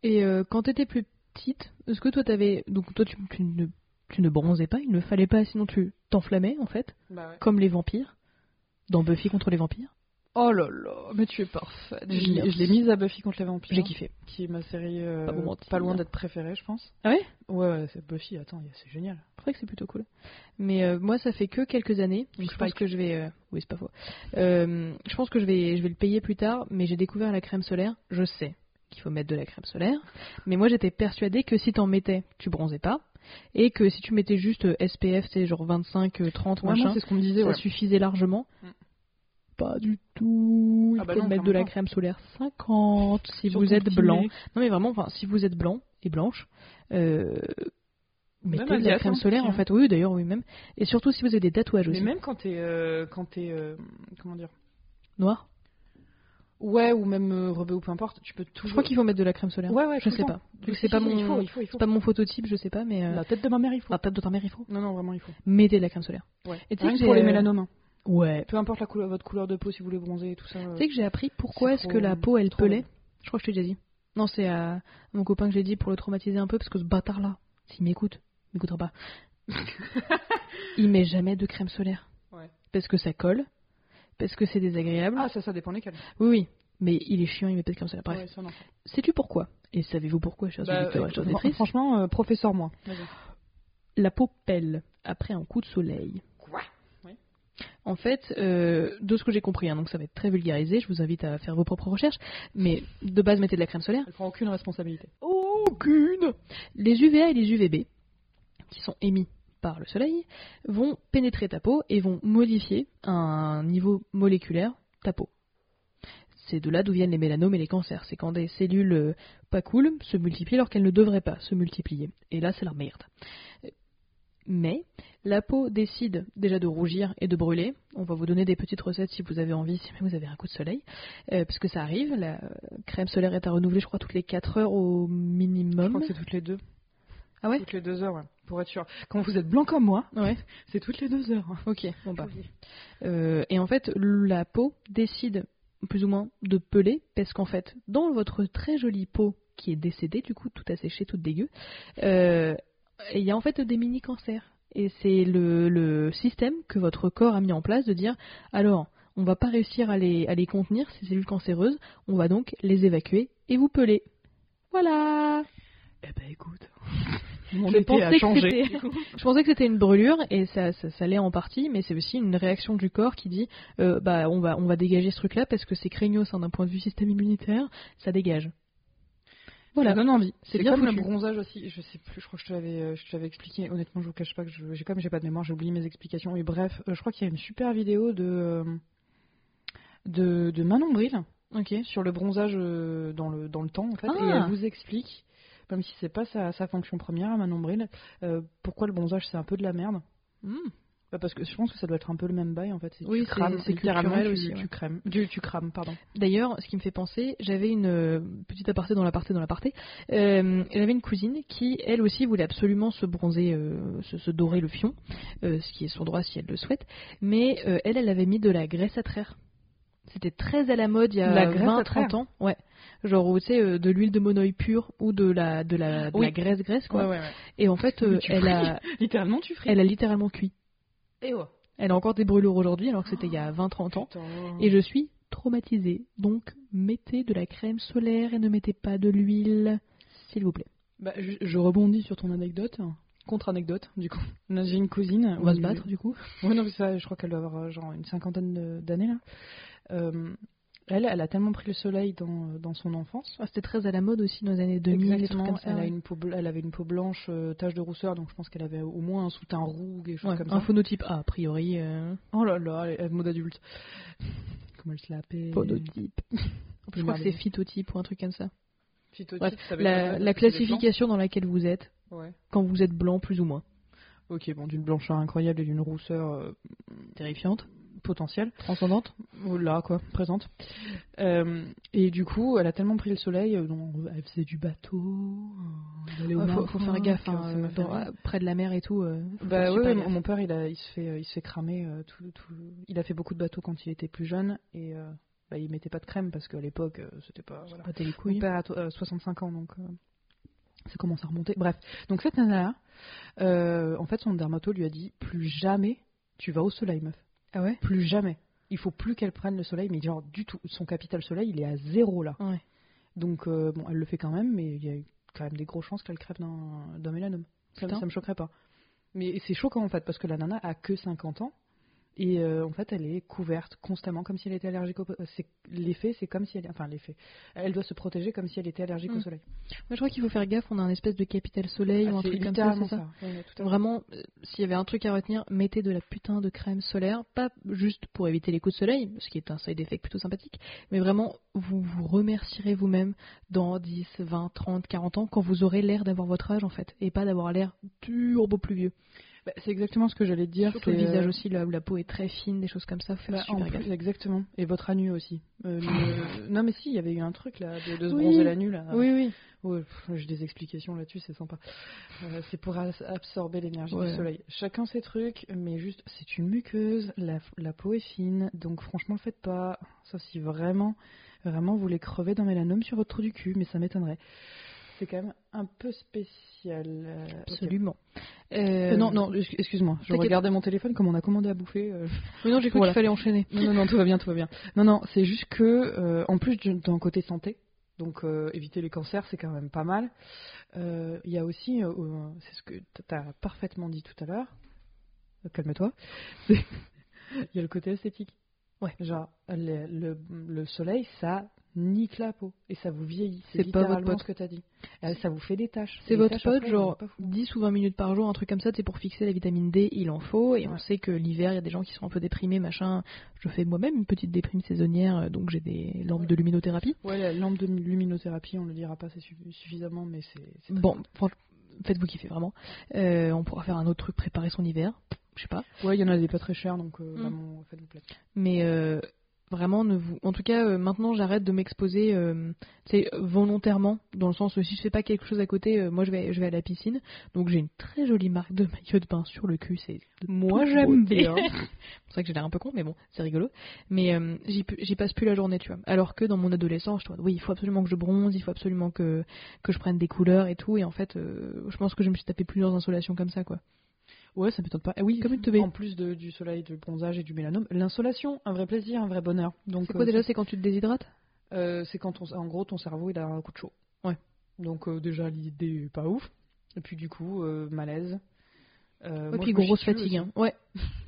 Speaker 1: Et euh, quand t'étais plus petite, est-ce que toi t'avais. Donc toi, tu, tu ne, tu ne bronzais pas, il ne fallait pas, sinon tu t'enflammais, en fait, comme les vampires, dans Buffy contre les vampires.
Speaker 2: Oh là là, mais tu es parfaite. Je l'ai
Speaker 1: Merci.
Speaker 2: je l'ai mise à Buffy contre les vampires.
Speaker 1: J'ai kiffé.
Speaker 2: Qui est ma série euh,
Speaker 1: Pas vous mentir.
Speaker 2: pas loin d'être préférée, je pense.
Speaker 1: Ah ouais
Speaker 2: Ouais, ouais, c'est Buffy, attends, y a- c'est génial.
Speaker 1: C'est vrai que c'est plutôt cool. Mais euh, moi, ça fait que quelques années. Donc je
Speaker 2: Oui, Spike.
Speaker 1: pense que je vais. euh, Oui, c'est pas faux. Euh, je pense que je vais, je vais le payer plus tard, mais j'ai découvert la crème solaire. Je sais qu'il faut mettre de la crème solaire. Mais moi, j'étais persuadée que si t'en mettais, tu bronzais pas. Et que si tu mettais juste euh, SPF, c'est genre 25, euh, 30,
Speaker 2: Ouais, moi,
Speaker 1: machin,
Speaker 2: c'est ce qu'on me disait,
Speaker 1: ça
Speaker 2: ouais.
Speaker 1: suffisait largement.
Speaker 2: Mm.
Speaker 1: Pas du tout. Il
Speaker 2: Ah bah
Speaker 1: faut
Speaker 2: non,
Speaker 1: mettre de la
Speaker 2: clairement pas.
Speaker 1: crème solaire 50 si
Speaker 2: Sur
Speaker 1: vous
Speaker 2: ton
Speaker 1: êtes
Speaker 2: petit
Speaker 1: blanc.
Speaker 2: nez.
Speaker 1: Non mais vraiment, enfin, si vous êtes blanc et blanche, euh, mettez de la
Speaker 2: asiate,
Speaker 1: crème
Speaker 2: hein,
Speaker 1: solaire
Speaker 2: si,
Speaker 1: en
Speaker 2: hein.
Speaker 1: fait. Oui, d'ailleurs, oui même. Et surtout si vous avez des tatouages
Speaker 2: Mais
Speaker 1: aussi.
Speaker 2: même quand t'es. euh, quand t'es. euh, comment dire
Speaker 1: Noir.
Speaker 2: Ouais, ou même euh, rebeu ou peu importe, tu peux toujours.
Speaker 1: Je crois qu'il faut mettre de la crème solaire.
Speaker 2: Ouais, ouais,
Speaker 1: je
Speaker 2: tout
Speaker 1: sais
Speaker 2: le
Speaker 1: pas.
Speaker 2: temps.
Speaker 1: Vu que
Speaker 2: Si,
Speaker 1: c'est pas
Speaker 2: si,
Speaker 1: mon,
Speaker 2: Il faut, il faut, il faut.
Speaker 1: c'est pas mon phototype, je sais pas, mais euh...
Speaker 2: La tête de ma mère, il faut.
Speaker 1: ah, peut-être de ta mère il faut.
Speaker 2: Non, non, vraiment, il faut.
Speaker 1: Mettez de la crème solaire.
Speaker 2: Ouais.
Speaker 1: Et tu sais
Speaker 2: Rien
Speaker 1: que
Speaker 2: que pour
Speaker 1: j'ai- euh,
Speaker 2: les mélanomes. hein.
Speaker 1: Ouais.
Speaker 2: Peu importe la couleur, votre couleur de peau, si vous voulez bronzer et tout ça. euh,
Speaker 1: Tu sais que j'ai appris pourquoi
Speaker 2: C'est
Speaker 1: est-ce
Speaker 2: trop-
Speaker 1: que la peau elle
Speaker 2: trop
Speaker 1: pelait. Je crois que je t'ai déjà dit. Non, c'est à mon copain que j'ai dit pour le traumatiser un peu parce que ce bâtard là, s'il m'écoute, il m'écoutera pas. il met jamais de crème solaire.
Speaker 2: Ouais.
Speaker 1: Parce que ça colle, parce que c'est désagréable.
Speaker 2: Ah, ça, ça dépend lesquels.
Speaker 1: Oui, oui. Mais il est chiant, il met pas de crème solaire. Bref.
Speaker 2: Ouais, ça, non.
Speaker 1: Sais-tu pourquoi Et savez-vous pourquoi, chers
Speaker 2: Bah,
Speaker 1: auditeurs et
Speaker 2: écoute,
Speaker 1: chères
Speaker 2: fran-
Speaker 1: auditrices
Speaker 2: franchement, euh, professeur, moi.
Speaker 1: La peau pèle après un coup de soleil.
Speaker 2: Quoi
Speaker 1: En fait, euh, de ce que j'ai compris, hein, donc ça va être très vulgarisé, je vous invite à faire vos propres recherches, mais de base, mettez de la crème solaire.
Speaker 2: Elle prend aucune responsabilité.
Speaker 1: Aucune Les UVA et les UVB, qui sont émis par le soleil, vont pénétrer ta peau et vont modifier à un niveau moléculaire ta peau. C'est de là d'où viennent les mélanomes et les cancers. C'est quand des cellules euh, pas cool se multiplient alors qu'elles ne devraient pas se multiplier. Et là, c'est la merde. Mais la peau décide déjà de rougir et de brûler. On va vous donner des petites recettes si vous avez envie, si même vous avez un coup de soleil. Euh, parce que ça arrive, la crème solaire est à renouveler, je crois, toutes les 4 heures au
Speaker 2: Je crois
Speaker 1: minimum.
Speaker 2: que c'est toutes les deux.
Speaker 1: Ah ouais
Speaker 2: Toutes les deux heures, ouais, pour être sûr. Quand vous êtes blanc comme moi,
Speaker 1: Ouais,
Speaker 2: c'est toutes les deux heures.
Speaker 1: ok, bon bah.
Speaker 2: Oui.
Speaker 1: Euh, et en fait, la peau décide plus ou moins de peler, parce qu'en fait, dans votre très jolie peau qui est décédée, du coup, toute asséchée, toute dégueu, euh, il y a en fait des mini-cancers. Et c'est le, le système que votre corps a mis en place de dire alors, on va pas réussir à les, à les contenir, ces cellules cancéreuses, on va donc les évacuer et vous peler. Voilà
Speaker 2: Eh ben écoute, mon
Speaker 1: Je
Speaker 2: été a
Speaker 1: pensais que
Speaker 2: changé.
Speaker 1: c'était- Je pensais que c'était une brûlure et ça, ça, ça l'est en partie, mais c'est aussi une réaction du corps qui dit euh, bah on va on va dégager ce truc-là parce que c'est craignos hein, d'un point de vue système immunitaire, ça dégage. Voilà.
Speaker 2: Ça donne envie.
Speaker 1: C'est
Speaker 2: C'est
Speaker 1: bien
Speaker 2: comme le
Speaker 1: foutu.
Speaker 2: bronzage aussi. Je sais plus, je crois que je te l'avais, euh, je te l'avais expliqué. Honnêtement, je vous cache pas que je- j'ai comme j'ai pas de mémoire, j'ai oublié mes explications. Mais bref, euh, je crois qu'il y a une super vidéo de euh, de, de Manon Bril
Speaker 1: Ok.
Speaker 2: sur le bronzage euh, dans le dans le temps en fait, et
Speaker 1: Ah.
Speaker 2: elle vous explique, même si c'est pas sa, sa fonction première à Manon Bril, euh, pourquoi le bronzage c'est un peu de la merde.
Speaker 1: Hmm.
Speaker 2: Bah, Parce que je pense que ça doit être un peu le même bail en fait. c'est
Speaker 1: Oui,
Speaker 2: tu
Speaker 1: c'est-
Speaker 2: crames,
Speaker 1: c'est
Speaker 2: littéralement,
Speaker 1: culturel
Speaker 2: tu-
Speaker 1: aussi, ouais.
Speaker 2: Tu crames, tu, tu crames, pardon.
Speaker 1: D'ailleurs, ce qui me fait penser, j'avais une euh, petite aparté dans l'aparté dans l'aparté. Euh, j'avais une cousine qui, elle aussi, voulait absolument se bronzer, euh, se, se dorer le fion, euh, ce qui est son droit si elle le souhaite. Mais euh, elle, elle avait mis de la graisse à traire. C'était très à la mode il y
Speaker 2: La
Speaker 1: a
Speaker 2: graisse à
Speaker 1: 20-30
Speaker 2: traire
Speaker 1: ans. Ouais. Genre, tu sais, euh, de l'huile de monoï pure ou de la, de la, de
Speaker 2: Oui.
Speaker 1: la graisse graisse, quoi.
Speaker 2: ouais, ouais.
Speaker 1: Et en fait, euh,
Speaker 2: Tu
Speaker 1: elle, a,
Speaker 2: Littéralement, tu frites.
Speaker 1: elle a littéralement cuit.
Speaker 2: Et ouais.
Speaker 1: Elle a encore des brûlures aujourd'hui, alors que c'était il y a 20-30 ans. Et je suis traumatisée. Donc, mettez de la crème solaire et ne mettez pas de l'huile, s'il vous plaît.
Speaker 2: Bah, je, je rebondis sur ton anecdote, contre-anecdote, du coup. Là, J'ai une cousine.
Speaker 1: On va
Speaker 2: où-
Speaker 1: se battre, du coup.
Speaker 2: Ouais, non, mais ça, je crois qu'elle doit avoir euh, genre une cinquantaine de- d'années, là. Euh, elle, elle a tellement pris le soleil dans, euh, dans son enfance.
Speaker 1: Ah, C'était très à la mode aussi dans les années 2000, des trucs
Speaker 2: Exactement,
Speaker 1: comme ça,
Speaker 2: elle, a
Speaker 1: ouais.
Speaker 2: une peau, bl- elle avait une peau blanche, euh, tache de rousseur, donc je pense qu'elle avait au moins un sous-teint roux, quelque chose
Speaker 1: Ouais,
Speaker 2: comme
Speaker 1: un
Speaker 2: ça.
Speaker 1: phonotype A, a priori. euh,
Speaker 2: Oh là là, elle, elle, mode adulte. Comment elle se l'a appelée
Speaker 1: phonotype. Je crois que c'est phytotype ou un truc comme ça.
Speaker 2: Phytotype,
Speaker 1: Bref,
Speaker 2: ça veut dire
Speaker 1: La,
Speaker 2: quoi,
Speaker 1: la
Speaker 2: parce que c'est des
Speaker 1: classification dans laquelle vous êtes,
Speaker 2: plantes Ouais.
Speaker 1: quand vous êtes blanc plus ou moins.
Speaker 2: Ok, bon, d'une blancheur incroyable et d'une rousseur euh,
Speaker 1: Terrifiante,
Speaker 2: potentielle.
Speaker 1: transcendante.
Speaker 2: Là, quoi, présente. Euh, et du coup, elle a tellement pris le soleil, euh, donc, elle faisait du bateau. euh, elle allait au
Speaker 1: Il Ah, faut,
Speaker 2: Maroc,
Speaker 1: faut faire gaffe, hein,
Speaker 2: euh,
Speaker 1: euh,
Speaker 2: dans-
Speaker 1: dans- euh, près de la mer et tout. euh, faut
Speaker 2: Bah
Speaker 1: faire
Speaker 2: ouais,
Speaker 1: super
Speaker 2: ouais,
Speaker 1: gaffe.
Speaker 2: mon mon père, il, a, il, se fait, euh, il se fait cramer euh, tout, tout- Il a fait beaucoup de bateaux quand il était plus jeune et euh, bah, il mettait pas de crème parce qu'à l'époque, euh, c'était pas. voilà.
Speaker 1: Battez les
Speaker 2: Mon
Speaker 1: couilles.
Speaker 2: père a to- euh, 65 ans, donc euh, ça commence à remonter. Bref, donc cette nana-là, euh, en fait, son dermato lui a dit plus jamais tu vas au soleil, meuf.
Speaker 1: Ah ouais
Speaker 2: Plus jamais. Il faut plus qu'elle prenne le soleil, mais genre du tout. Son capital soleil, il est à zéro là.
Speaker 1: Ouais.
Speaker 2: Donc euh, bon, elle le fait quand même, mais il y a quand même des grosses chances qu'elle crève d'un d'un mélanome. Ça,
Speaker 1: Putain.
Speaker 2: ça me choquerait pas. Mais c'est choquant en fait, parce que la nana a que 50 ans. Et euh, en fait, elle est couverte constamment, comme si elle était allergique au. c'est- L'effet, c'est comme si elle. Enfin, l'effet. Elle doit se protéger comme si elle était allergique
Speaker 1: Mm.
Speaker 2: au soleil.
Speaker 1: Moi, je crois qu'il faut faire gaffe, on a un espèce de capital soleil
Speaker 2: Ah,
Speaker 1: ou un
Speaker 2: c'est
Speaker 1: truc comme ça,
Speaker 2: littéralement
Speaker 1: c'est ça
Speaker 2: Ouais, ouais, tout à fait.
Speaker 1: Vraiment, euh, s'il y avait un truc à retenir, mettez de la putain de crème solaire, pas juste pour éviter les coups de soleil, ce qui est un side effect plutôt sympathique, mais vraiment, vous vous remercierez vous-même dans 10, 20, 30, 40 ans quand vous aurez l'air d'avoir votre âge en fait, et pas d'avoir l'air turbo plus vieux.
Speaker 2: Bah, c'est exactement ce que j'allais te dire.
Speaker 1: Surtout le
Speaker 2: c'est, euh,
Speaker 1: visage aussi, là où la peau est très fine, des choses comme ça, faut faire
Speaker 2: Bah, en
Speaker 1: super
Speaker 2: plus,
Speaker 1: gaffe.
Speaker 2: exactement. Et votre anus aussi. Euh, le- Non, mais si, il y avait eu un truc là, de, de se
Speaker 1: Ah. Oui.
Speaker 2: bronzer l'anus là.
Speaker 1: Oui, oui.
Speaker 2: Ouais, pff, J'ai des explications là-dessus, c'est sympa. Euh, c'est pour as- absorber l'énergie
Speaker 1: Ouais.
Speaker 2: du soleil. Chacun ses trucs, mais juste, c'est une muqueuse, la, la peau est fine, donc franchement, le faites pas. Sauf si vraiment, vraiment, vous voulez crever d'un mélanome sur votre trou du cul, mais ça m'étonnerait. C'est quand même un peu spécial. euh, ok.
Speaker 1: Absolument.
Speaker 2: Euh, non, non, excu- excuse-moi, je
Speaker 1: t'inquiète.
Speaker 2: regardais mon téléphone comme on a commandé à bouffer. euh,
Speaker 1: Mais non, j'ai cru
Speaker 2: Voilà.
Speaker 1: qu'il fallait enchaîner.
Speaker 2: non, non, non, tout va bien, tout va bien. Non, non, c'est juste que, euh, en plus du- d'un côté santé, donc euh, éviter les cancers, c'est quand même pas mal. Euh, Il y a aussi, euh, euh, c'est ce que tu as parfaitement dit tout à l'heure, Euh, calme-toi, c'est Il y a le côté esthétique.
Speaker 1: Ouais.
Speaker 2: Genre, le, le- le soleil, ça nique la peau et ça vous vieillit. C'est
Speaker 1: C'est pas votre
Speaker 2: littéralement
Speaker 1: pote.
Speaker 2: ce que t'as dit. Euh, ça vous fait des taches.
Speaker 1: C'est
Speaker 2: Et les
Speaker 1: votre
Speaker 2: taches,
Speaker 1: pote,
Speaker 2: après, on
Speaker 1: genre,
Speaker 2: est pas fou.
Speaker 1: 10 ou 20 minutes par jour, un truc comme ça, c'est pour fixer la vitamine D, il en faut, et on
Speaker 2: Ouais.
Speaker 1: sait que l'hiver, il y a des gens qui sont un peu déprimés, machin. Je fais moi-même une petite déprime saisonnière, euh, donc j'ai des lampes de luminothérapie.
Speaker 2: Ouais, la lampe de luminothérapie, on le dira pas c'est suffi- suffisamment, mais c'est. c'est très
Speaker 1: Bon, franch- faites-vous kiffer vraiment. Euh, on pourra faire un autre truc, préparer son hiver, je sais pas.
Speaker 2: Ouais, il y en a des pas très chers, donc euh,
Speaker 1: Mm.
Speaker 2: vraiment, faites-vous plaisir.
Speaker 1: Mais euh, vraiment, ne vous... en tout cas, euh, maintenant, j'arrête de m'exposer euh, tu sais, volontairement, dans le sens où si je fais pas quelque chose à côté, euh, moi, je vais, je vais à la piscine. Donc, j'ai une très jolie marque de maillot de bain sur le cul. C'est
Speaker 2: Moi,
Speaker 1: j'aime bien. c'est pour ça que j'ai l'air un peu con, mais bon, c'est rigolo. Mais euh, j'y pu- j'y passe plus la journée, tu vois. Alors que dans mon adolescence, je te oui, il faut absolument que je bronze, il faut absolument que, que je prenne des couleurs et tout. Et en fait, euh, je pense que je me suis tapé plusieurs insolations comme ça, quoi.
Speaker 2: Ouais, ça m'étonne pas. Eh oui,
Speaker 1: Comme une teubée.
Speaker 2: En plus de- du soleil, du bronzage et du mélanome, l'insolation, un vrai plaisir, un vrai bonheur. Donc,
Speaker 1: C'est quoi
Speaker 2: euh,
Speaker 1: déjà C'est quand tu te déshydrates
Speaker 2: Euh, c'est quand on, en gros ton cerveau il a un coup de chaud.
Speaker 1: Ouais.
Speaker 2: Donc euh, déjà l'idée est pas ouf. Et puis du coup euh, malaise. Euh,
Speaker 1: Ouais,
Speaker 2: moi,
Speaker 1: puis
Speaker 2: je me
Speaker 1: grosse
Speaker 2: situe
Speaker 1: fatigue, hein. Ouais.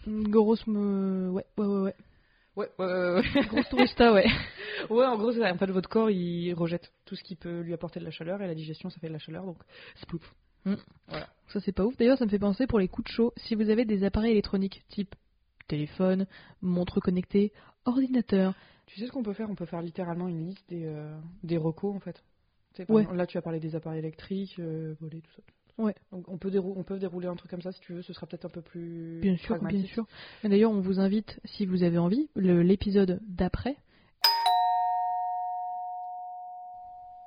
Speaker 1: Une grosse me. Ouais, ouais, ouais. ouais.
Speaker 2: aussi- Ouais, ouais, ouais, ouais.
Speaker 1: Grosse tourista, ouais.
Speaker 2: Ouais, en gros c'est ça. En fait votre corps il rejette tout ce qui peut lui apporter de la chaleur et la digestion ça fait de la chaleur donc c'est pas ouf.
Speaker 1: Ça, c'est pas ouf. D'ailleurs, ça me fait penser pour les coups de chaud. Si vous avez des appareils électroniques, type téléphone, montre connectée, ordinateur.
Speaker 2: Tu sais ce qu'on peut faire On peut faire littéralement une liste des euh, des recos en fait. Tu sais, par
Speaker 1: Ouais.
Speaker 2: exemple, Là, tu as parlé des appareils électriques, euh, volets, tout ça.
Speaker 1: Ouais.
Speaker 2: Donc, on peut, dérou- on peut dérouler un truc comme ça si tu veux, ce sera peut-être un peu plus.
Speaker 1: Bien sûr, bien
Speaker 2: pragmatique.
Speaker 1: sûr. Et D'ailleurs, on vous invite, si vous avez envie, le- l'épisode d'après.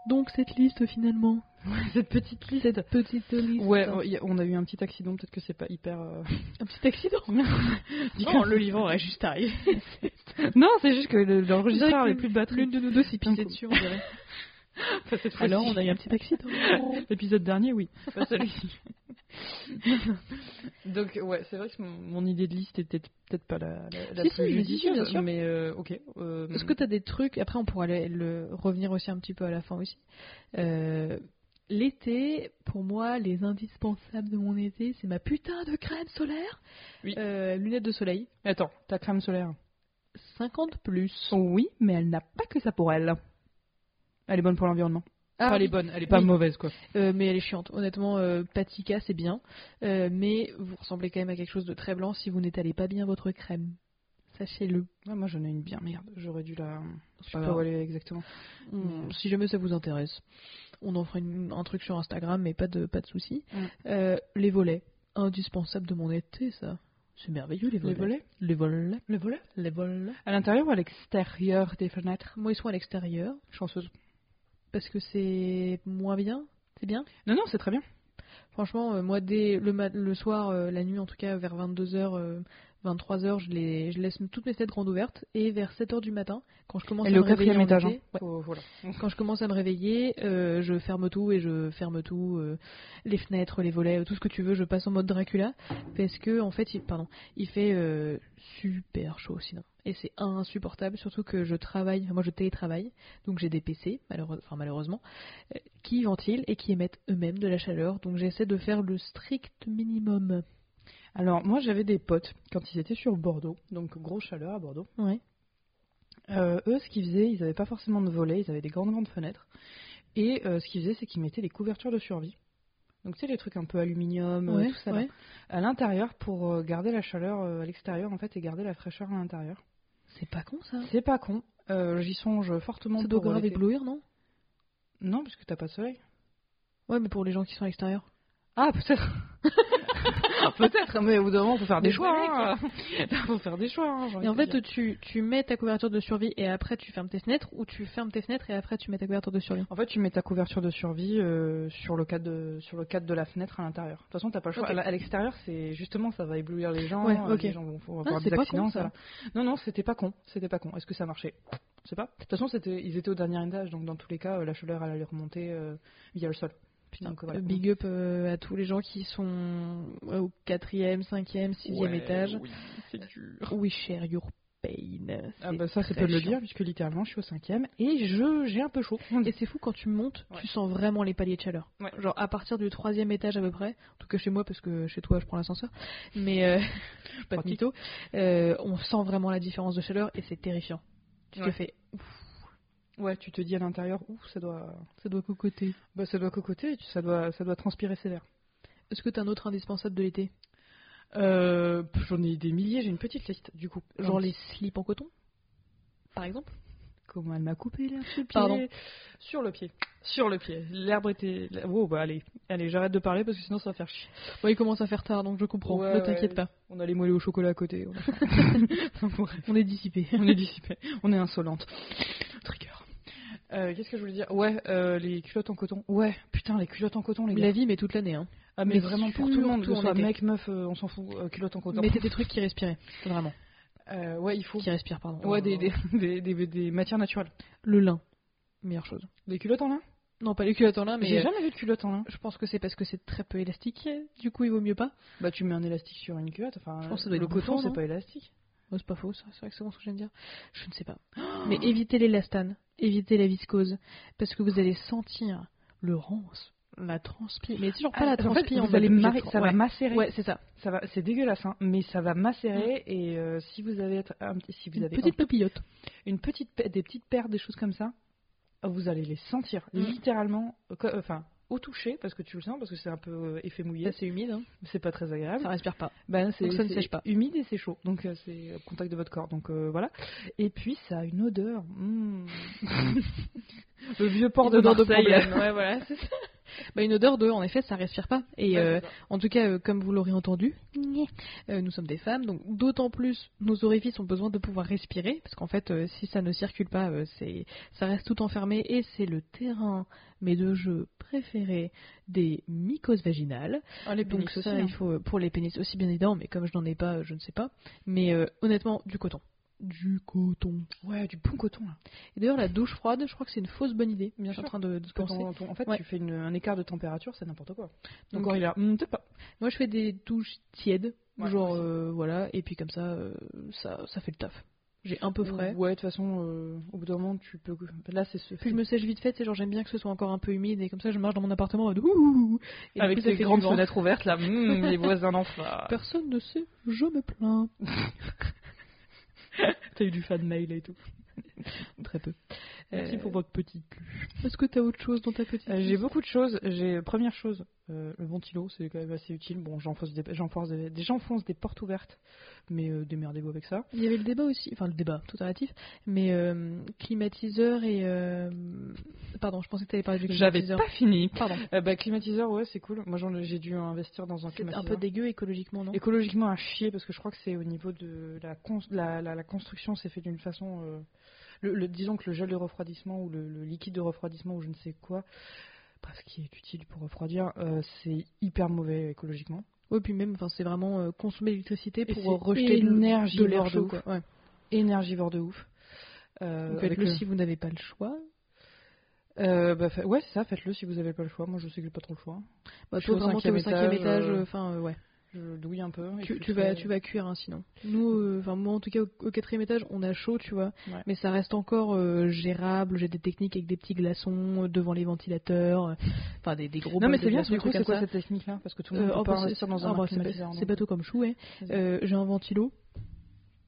Speaker 1: Donc, cette liste, finalement.
Speaker 2: Cette petite liste.
Speaker 1: Cette petite liste.
Speaker 2: Ouais, on- y a- on a eu un petit accident, peut-être que c'est pas hyper. euh,
Speaker 1: Un petit accident.
Speaker 2: Non, le
Speaker 1: livre est juste arrivé.
Speaker 2: non, c'est juste que le-
Speaker 1: On
Speaker 2: l'enregistreur
Speaker 1: dirait
Speaker 2: n'est
Speaker 1: que
Speaker 2: plus de batterie.
Speaker 1: L'une de nous deux s'est pissée
Speaker 2: coup.
Speaker 1: dessus, on dirait.
Speaker 2: Enfin, cette fois-ci.
Speaker 1: Alors, on a eu un petit accident.
Speaker 2: L'épisode dernier, oui. Pas celui-ci. Donc, ouais, c'est vrai que mon, mon idée de liste était peut-être pas la, la, la
Speaker 1: Si, si, mais
Speaker 2: plus
Speaker 1: si, si, bien
Speaker 2: judicieuse,
Speaker 1: sûr.
Speaker 2: mais euh, ok. euh,
Speaker 1: Est-ce que tu as des trucs, après on pourra le, le- revenir aussi un petit peu à la fin aussi. Euh, L'été, pour moi, les indispensables de mon été, c'est ma putain de crème solaire,
Speaker 2: Oui.
Speaker 1: Euh, lunettes de soleil,
Speaker 2: Attends, ta crème solaire
Speaker 1: 50 plus.
Speaker 2: Oui, mais elle n'a pas que ça pour elle. Elle est bonne pour l'environnement.
Speaker 1: Ah,
Speaker 2: Enfin, elle est
Speaker 1: oui.
Speaker 2: bonne, elle est pas
Speaker 1: Oui.
Speaker 2: mauvaise, quoi.
Speaker 1: Euh, mais elle est chiante. Honnêtement, euh, Patika, c'est bien, Euh, mais vous ressemblez quand même à quelque chose de très blanc si vous n'étalez pas bien votre crème. Sachez-le.
Speaker 2: Ouais, moi, j'en ai une bien, merde. J'aurais dû la. Je sais
Speaker 1: pas
Speaker 2: pas
Speaker 1: grave.
Speaker 2: où elle est exactement.
Speaker 1: Mm, Si jamais ça vous intéresse, on en fera une- un truc sur Instagram, mais pas de, pas de soucis.
Speaker 2: Mm.
Speaker 1: Euh, les volets, indispensable de mon été, ça. C'est merveilleux, les volets. Les volets.
Speaker 2: Le volet
Speaker 1: Les volets.
Speaker 2: À l'intérieur ou à l'extérieur des fenêtres
Speaker 1: Moi, ils sont à l'extérieur,
Speaker 2: Chanceuse.
Speaker 1: parce que c'est moins bien. C'est bien.
Speaker 2: Non, non, c'est très bien.
Speaker 1: Franchement, euh, moi, dès le, mat- le soir, euh, la nuit en tout cas, vers 22h, 23h, je, les- je laisse toutes mes fenêtres grandes ouvertes. Et vers 7h du matin, quand je commence
Speaker 2: Elle
Speaker 1: à
Speaker 2: est
Speaker 1: me
Speaker 2: au
Speaker 1: réveiller
Speaker 2: quatrième
Speaker 1: en
Speaker 2: étage.
Speaker 1: été-
Speaker 2: hein.
Speaker 1: Ouais.
Speaker 2: Faut- voilà.
Speaker 1: Quand je commence à me réveiller, euh, je ferme tout et je ferme tout, euh, les fenêtres, les volets, tout ce que tu veux, je passe en mode Dracula parce que en fait, il, pardon, il fait euh, super chaud sinon et c'est insupportable, surtout que je travaille, moi je télétravaille, donc j'ai des PC malheureux- enfin, malheureusement euh, qui ventilent et qui émettent eux-mêmes de la chaleur, donc j'essaie de faire le strict minimum.
Speaker 2: Alors, moi, j'avais des potes quand ils étaient sur Bordeaux, donc grosse chaleur à Bordeaux.
Speaker 1: Ouais.
Speaker 2: Euh, eux, ce qu'ils faisaient, ils n'avaient pas forcément de volets, ils avaient des grandes, grandes fenêtres. Et euh, ce qu'ils faisaient, c'est qu'ils mettaient des couvertures de survie. Donc, tu sais, les trucs un peu aluminium, euh,
Speaker 1: Ouais,
Speaker 2: tout ça, là.
Speaker 1: ouais.
Speaker 2: à l'intérieur pour euh, garder la chaleur euh, à l'extérieur, en fait, et garder la fraîcheur à l'intérieur.
Speaker 1: C'est pas con ça.
Speaker 2: C'est pas con. Euh, J'y songe fortement
Speaker 1: Ça doit
Speaker 2: pour
Speaker 1: grave
Speaker 2: l'été.
Speaker 1: éblouir, non
Speaker 2: Non, parce que t'as pas de soleil.
Speaker 1: Ouais, mais pour les gens qui sont à l'extérieur.
Speaker 2: Ah, peut-être. peut-être, mais au bout d'un moment, faut faire des
Speaker 1: Mais
Speaker 2: choix.
Speaker 1: voilà,
Speaker 2: hein. faut faire des choix. hein, j'ai envie
Speaker 1: Et en
Speaker 2: de
Speaker 1: fait,
Speaker 2: dire.
Speaker 1: tu, tu mets ta couverture de survie et après tu fermes tes fenêtres, ou tu fermes tes fenêtres et après tu mets ta couverture de survie.
Speaker 2: en fait, tu mets ta couverture de survie euh, sur le cadre de sur le cadre de la fenêtre à l'intérieur. De toute façon, t'as pas le choix.
Speaker 1: Ok.
Speaker 2: À la- À l'extérieur, c'est justement ça va éblouir les gens.
Speaker 1: Ouais,
Speaker 2: euh,
Speaker 1: ok. Ah,
Speaker 2: Les gens vont, vont avoir
Speaker 1: c'est
Speaker 2: des
Speaker 1: pas
Speaker 2: accidents.
Speaker 1: con, ça.
Speaker 2: va. Non, non, c'était pas con. C'était pas con. Est-ce que ça marchait Je sais pas. De toute façon, c'était ils étaient au dernier étage, donc dans tous les cas, euh, la chaleur elle allait remonter euh, via le sol.
Speaker 1: Putain,
Speaker 2: Donc, voilà.
Speaker 1: euh, big up euh, à tous les gens qui euh, sont ouais, au quatrième, cinquième, sixième étage.
Speaker 2: c'est dur.
Speaker 1: We share your Spain.
Speaker 2: Ah
Speaker 1: C'est
Speaker 2: bah ça, c'est
Speaker 1: très
Speaker 2: peu de le
Speaker 1: chiant.
Speaker 2: dire, puisque littéralement, je suis au cinquième et je j'ai un peu chaud.
Speaker 1: Et c'est fou quand tu montes,
Speaker 2: Ouais.
Speaker 1: tu sens vraiment les paliers de chaleur.
Speaker 2: Ouais.
Speaker 1: Genre à partir du troisième étage à peu près, en tout cas chez moi parce que chez toi je prends l'ascenseur, mais euh, pas de
Speaker 2: Pratique.
Speaker 1: mytho, euh, on sent vraiment la différence de chaleur et c'est terrifiant. Tu te
Speaker 2: Ouais.
Speaker 1: fais,
Speaker 2: Ouais, tu te dis à l'intérieur, ouf, ça doit,
Speaker 1: ça doit cocoter.
Speaker 2: bah, ça doit cocoter, et tu- ça doit, ça doit transpirer sévère.
Speaker 1: Est-ce que t'as un autre indispensable de l'été
Speaker 2: Euh, pff, J'en ai des milliers, j'ai une petite liste du coup.
Speaker 1: Genre les slips en coton Par exemple
Speaker 2: Comment elle m'a coupé l'herbe sur le pied
Speaker 1: Pardon.
Speaker 2: Sur le pied. Sur le pied. L'herbe était. la- Oh bah allez, allez, j'arrête de parler parce que sinon ça va faire chier.
Speaker 1: Bon, il commence à faire tard donc je comprends,
Speaker 2: Ouais,
Speaker 1: ne t'inquiète
Speaker 2: ouais.
Speaker 1: pas,
Speaker 2: On a les mollets au chocolat à côté. on a- Enfin, bref,
Speaker 1: on est dissipé.
Speaker 2: on est dissipé, on est insolente. Trigger. Euh, Qu'est-ce que je voulais dire Ouais, euh, les culottes en coton. Ouais, putain, les culottes en coton, les gars.
Speaker 1: La vie mais toute l'année hein.
Speaker 2: Ah, mais,
Speaker 1: mais
Speaker 2: vraiment pour
Speaker 1: surtout
Speaker 2: tout le monde, que ce
Speaker 1: en
Speaker 2: soit
Speaker 1: été.
Speaker 2: mec, meuf, euh, on s'en fout, euh, culottes en coton.
Speaker 1: Mettez des trucs qui respiraient, vraiment.
Speaker 2: Euh, ouais, il faut.
Speaker 1: Qui respirent pardon.
Speaker 2: Ouais, des, des, des, des- des matières naturelles.
Speaker 1: Le lin, meilleure chose.
Speaker 2: Des culottes en lin
Speaker 1: Non pas les culottes en lin mais...
Speaker 2: J'ai
Speaker 1: euh,
Speaker 2: jamais vu de culottes en lin.
Speaker 1: Je pense que c'est parce que c'est très peu élastique, du coup il vaut mieux pas.
Speaker 2: Bah, tu mets un élastique sur une culotte. Enfin,
Speaker 1: Je pense que ça doit
Speaker 2: le
Speaker 1: être
Speaker 2: coton,
Speaker 1: bouffant,
Speaker 2: c'est
Speaker 1: non
Speaker 2: pas élastique.
Speaker 1: Oh, c'est pas faux, ça. c'est exactement ce que je viens de dire. Je ne sais pas. Mais évitez l'élastane, évitez la viscose, parce que vous allez sentir le rance, la transpire. Ah, Mais c'est genre pas la
Speaker 2: Ah, en fait,
Speaker 1: transpire,
Speaker 2: vous allez marrer, ça va
Speaker 1: ouais.
Speaker 2: macérer.
Speaker 1: Ouais, c'est ça.
Speaker 2: Ça va, c'est dégueulasse, hein, mais ça va macérer. Et euh, si vous avez, être- un petit- si vous
Speaker 1: Une
Speaker 2: avez
Speaker 1: petite papillote.
Speaker 2: une petite pa- des petites paires, des choses comme ça, vous allez les sentir
Speaker 1: Mm.
Speaker 2: littéralement, euh, co- enfin au toucher parce que tu le sens parce que c'est un peu euh, effet mouillé,
Speaker 1: c'est humide, hein.
Speaker 2: c'est pas très agréable.
Speaker 1: ça respire pas.
Speaker 2: Ben, c'est
Speaker 1: Donc ça ne
Speaker 2: c'est
Speaker 1: sèche pas.
Speaker 2: humide et c'est chaud, donc euh, c'est au contact de votre corps, donc euh, voilà. Et puis ça a une odeur. mm. le vieux port de
Speaker 1: odeur de
Speaker 2: Marseille.
Speaker 1: problème. Ouais, voilà, c'est ça. Bah, une odeur de, en effet, ça respire pas. Et
Speaker 2: Ouais,
Speaker 1: euh,
Speaker 2: c'est ça.
Speaker 1: en tout cas, euh, comme vous l'aurez entendu, euh, nous sommes des femmes, donc d'autant plus nos orifices ont besoin de pouvoir respirer, parce qu'en fait, euh, si ça ne circule pas, euh, c'est, ça reste tout enfermé, et c'est le terrain, mais de jeu préféré des mycoses vaginales.
Speaker 2: Ah, les
Speaker 1: Donc
Speaker 2: pénis aussi,
Speaker 1: ça,
Speaker 2: hein.
Speaker 1: il faut euh, pour les pénis aussi bien évidemment, mais comme je n'en ai pas, euh, je ne sais pas. Mais euh, honnêtement, du coton. Du coton.
Speaker 2: Ouais, du bon coton. Là.
Speaker 1: Et d'ailleurs, la douche froide, je crois que c'est une fausse bonne idée.
Speaker 2: Bien
Speaker 1: je suis en
Speaker 2: sûr.
Speaker 1: train de, de
Speaker 2: Quand
Speaker 1: penser.
Speaker 2: on- on- en fait,
Speaker 1: Ouais.
Speaker 2: tu fais une- un écart de température, c'est n'importe quoi.
Speaker 1: Donc,
Speaker 2: Donc, il a, hum, peut-être pas.
Speaker 1: Moi, je fais des douches tièdes,
Speaker 2: Ouais,
Speaker 1: genre
Speaker 2: aussi.
Speaker 1: euh, voilà, et puis comme ça, euh, ça, ça fait le taf. J'ai un peu frais.
Speaker 2: Ouais, de toute façon, euh, au bout d'un moment, tu peux. Là, c'est ce.
Speaker 1: Puis je me sèche vite fait, c'est genre j'aime bien que ce soit encore un peu humide et comme ça je marche dans mon appartement en mode ouh et du
Speaker 2: Avec
Speaker 1: coup, ça
Speaker 2: les
Speaker 1: fait du
Speaker 2: grandes
Speaker 1: vent.
Speaker 2: fenêtres ouvertes, là, hum, les voisins d'en face.
Speaker 1: Personne ne sait, je me plains.
Speaker 2: T'as eu du fan mail et tout.
Speaker 1: Très peu.
Speaker 2: Merci
Speaker 1: Euh,
Speaker 2: pour votre petite cul.
Speaker 1: Est-ce que t'as autre chose dans ta petite
Speaker 2: Euh, J'ai
Speaker 1: liste
Speaker 2: beaucoup de choses. J'ai première chose, euh, le ventilo, c'est quand même assez utile. Bon, j'enfonce des, j'enfonce des, des- j'enfonce des portes ouvertes, mais euh, démerdez-vous avec ça.
Speaker 1: Il y avait le débat aussi, enfin le débat, tout est relatif, mais euh, climatiseur et euh, pardon, je pensais que t'avais parlé du
Speaker 2: J'avais
Speaker 1: climatiseur.
Speaker 2: pas fini.
Speaker 1: Pardon.
Speaker 2: Euh, bah, climatiseur, ouais, c'est cool. Moi, j'en ai- j'ai dû investir dans un
Speaker 1: C'est
Speaker 2: climatiseur.
Speaker 1: un peu dégueu écologiquement, non
Speaker 2: écologiquement à chier parce que je crois que c'est au niveau de la, cons- la, la, la construction c'est fait d'une façon euh, le, le- disons que le gel de refroidissement ou le, le liquide de refroidissement ou je ne sais quoi parce qui est utile pour refroidir euh, c'est hyper mauvais écologiquement
Speaker 1: Oui, puis même, enfin, c'est vraiment euh, consommer l'électricité
Speaker 2: Et
Speaker 1: pour
Speaker 2: c'est
Speaker 1: rejeter de- de
Speaker 2: énergivore
Speaker 1: l'air
Speaker 2: de
Speaker 1: chaud,
Speaker 2: ouf.
Speaker 1: quoi. Ouais.
Speaker 2: énergivore de ouf Euh,
Speaker 1: Donc,
Speaker 2: avec
Speaker 1: Faites-le
Speaker 2: le-
Speaker 1: si vous n'avez pas le choix.
Speaker 2: Euh, bah, fa- ouais c'est ça faites-le si vous avez pas le choix moi je sais que j'ai pas trop le choix
Speaker 1: Bah,
Speaker 2: Je
Speaker 1: toi,
Speaker 2: suis au
Speaker 1: vraiment, t'es au
Speaker 2: cinquième
Speaker 1: cinquième
Speaker 2: étage,
Speaker 1: étage,
Speaker 2: euh,
Speaker 1: euh, enfin, euh, ouais.
Speaker 2: je douille un peu et
Speaker 1: Tu,
Speaker 2: je
Speaker 1: tu
Speaker 2: fais-
Speaker 1: vas, tu vas cuire, hein, sinon. Nous, euh, enfin, moi, en tout cas, au, au quatrième étage, on a chaud, tu vois.
Speaker 2: Ouais.
Speaker 1: Mais ça reste encore euh, gérable. J'ai des techniques avec des petits glaçons euh, devant les ventilateurs. euh, Enfin, des, des gros
Speaker 2: non
Speaker 1: bols
Speaker 2: mais
Speaker 1: de
Speaker 2: c'est bien
Speaker 1: glaçons,
Speaker 2: du coup
Speaker 1: trucs
Speaker 2: c'est
Speaker 1: comme
Speaker 2: quoi
Speaker 1: ça.
Speaker 2: cette technique là parce que tout le monde
Speaker 1: Euh,
Speaker 2: peut
Speaker 1: oh,
Speaker 2: pas
Speaker 1: bah, c'est-
Speaker 2: investir dans
Speaker 1: ah,
Speaker 2: un
Speaker 1: bah, c'est pas-
Speaker 2: climatiseur
Speaker 1: c'est
Speaker 2: donc.
Speaker 1: bateau comme chou, hein.
Speaker 2: Vas-y.
Speaker 1: Euh, j'ai un ventilo,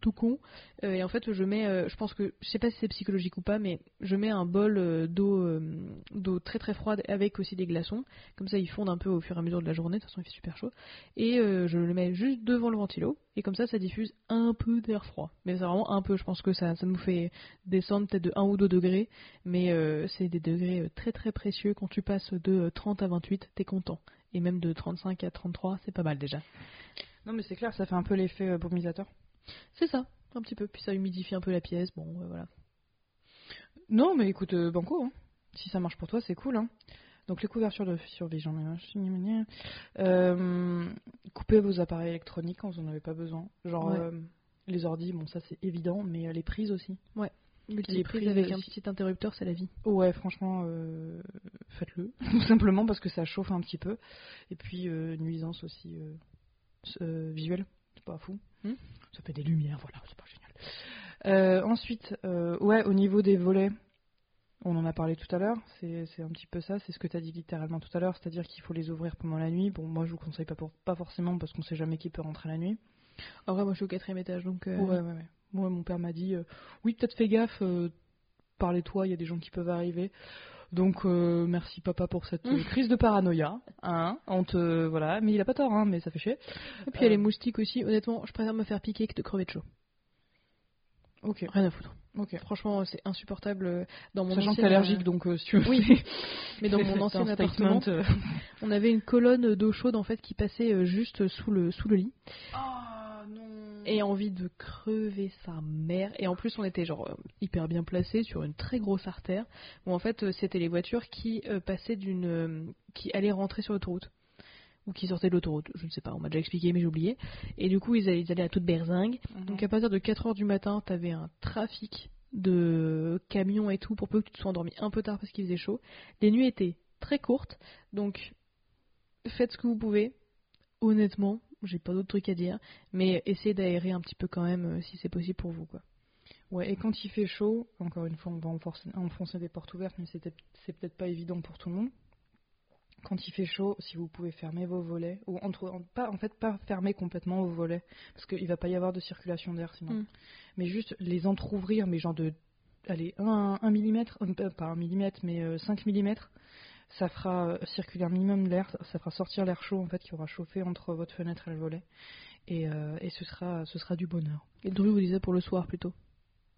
Speaker 1: tout con, euh, et en fait je mets, euh, je pense que, je sais pas si c'est psychologique ou pas, mais je mets un bol euh, d'eau, euh, d'eau très très froide avec aussi des glaçons, comme ça ils fondent un peu au fur et à mesure de la journée, de toute façon il fait super chaud, et euh, je le mets juste devant le ventilo, et comme ça ça diffuse un peu d'air froid, mais c'est vraiment un peu, je pense que ça, ça nous fait descendre peut-être de 1 ou 2 degrés, mais euh, c'est des degrés euh, très très précieux, quand tu passes de euh, 30 à 28, t'es content. Et même de 35 à 33, c'est pas mal déjà.
Speaker 2: non mais c'est clair ça fait un peu l'effet euh, baumisateur
Speaker 1: C'est ça, un petit peu. Puis ça humidifie un peu la pièce. Bon, euh, voilà.
Speaker 2: Non, mais écoute, euh, Banco, hein. si ça marche pour toi, c'est cool. Hein. Donc les couvertures de survie, j'en ai un. gna, gna, gna. Euh, coupez vos appareils électroniques quand vous n'en avez pas besoin. Genre
Speaker 1: Ouais.
Speaker 2: euh, les ordi, bon ça c'est évident, mais euh, les prises aussi.
Speaker 1: Multiprise
Speaker 2: prises
Speaker 1: avec
Speaker 2: de-
Speaker 1: un petit interrupteur, c'est la vie.
Speaker 2: Ouais, franchement, euh, faites-le. Tout simplement parce que ça chauffe un petit peu. Et puis euh, nuisance aussi euh, s- euh, visuelle, c'est pas fou.
Speaker 1: Hmm.
Speaker 2: Ça fait des lumières, voilà, c'est pas génial. Euh, ensuite, euh, ouais, au niveau des volets, on en a parlé tout à l'heure, c'est c'est un petit peu ça, c'est ce que tu as dit littéralement tout à l'heure, c'est-à-dire qu'il faut les ouvrir pendant la nuit. Bon, moi je vous conseille pas, pour, pas forcément parce qu'on sait jamais qui peut rentrer la nuit.
Speaker 1: En vrai, moi je suis au quatrième étage, donc. euh,
Speaker 2: Ouais, ouais, ouais. Moi, mon père m'a dit euh, Oui, peut-être fais gaffe, euh, par les toits, il y a des gens qui peuvent arriver. Donc, euh, merci papa pour cette euh, crise de paranoïa. Hein, on te, voilà. Mais il a pas tort, hein, mais ça fait chier.
Speaker 1: Et puis il y a les moustiques aussi. Honnêtement, je préfère me faire piquer que de crever de chaud.
Speaker 2: Ok,
Speaker 1: Rien à foutre.
Speaker 2: ok.
Speaker 1: Franchement, c'est insupportable. euh, Dans mon
Speaker 2: Sachant que
Speaker 1: ancien,
Speaker 2: t'es allergique, donc euh, si tu veux.
Speaker 1: Oui. euh, mais dans
Speaker 2: c'est-
Speaker 1: mon
Speaker 2: c'est
Speaker 1: ancien
Speaker 2: un
Speaker 1: appartement,
Speaker 2: statement, euh.
Speaker 1: on avait une colonne d'eau chaude en fait qui passait euh, juste sous le sous le lit. Et envie de crever sa mère. Et en plus, on était genre euh, hyper bien placé sur une très grosse artère. Où en fait, euh, c'était les voitures qui euh, passaient d'une, euh, qui allaient rentrer sur l'autoroute ou qui sortaient de l'autoroute. Je ne sais pas. On m'a déjà expliqué, mais j'ai oublié. Et du coup, ils allaient, ils allaient à toute berzingue.
Speaker 2: Ah
Speaker 1: Donc à partir de 4h du matin, t'avais un trafic de camions et tout pour peu que tu te sois endormi un peu tard parce qu'il faisait chaud. Les nuits étaient très courtes, donc faites ce que vous pouvez. Honnêtement, j'ai pas d'autre truc à dire, mais essayez d'aérer un petit peu quand même euh, si c'est possible pour vous quoi.
Speaker 2: Ouais, et quand il fait chaud, encore une fois, on va enforcer- enfoncer des portes ouvertes, mais c'est peut-être- c'est peut-être pas évident pour tout le monde. Quand il fait chaud, si vous pouvez fermer vos volets, ou entre, en- pas, en fait pas fermer complètement vos volets, parce qu'il va pas y avoir de circulation d'air sinon,
Speaker 1: Mm.
Speaker 2: mais juste les entrouvrir, mais genre de, allez, 1 mm, pas 1 mm, mais euh, 5 mm, ça fera euh, circuler un minimum de l'air, ça- ça fera sortir l'air chaud en fait qui aura chauffé entre votre fenêtre et le volet, et, euh, et ce, sera, ce sera du bonheur.
Speaker 1: Et Drew vous disait pour le soir plutôt.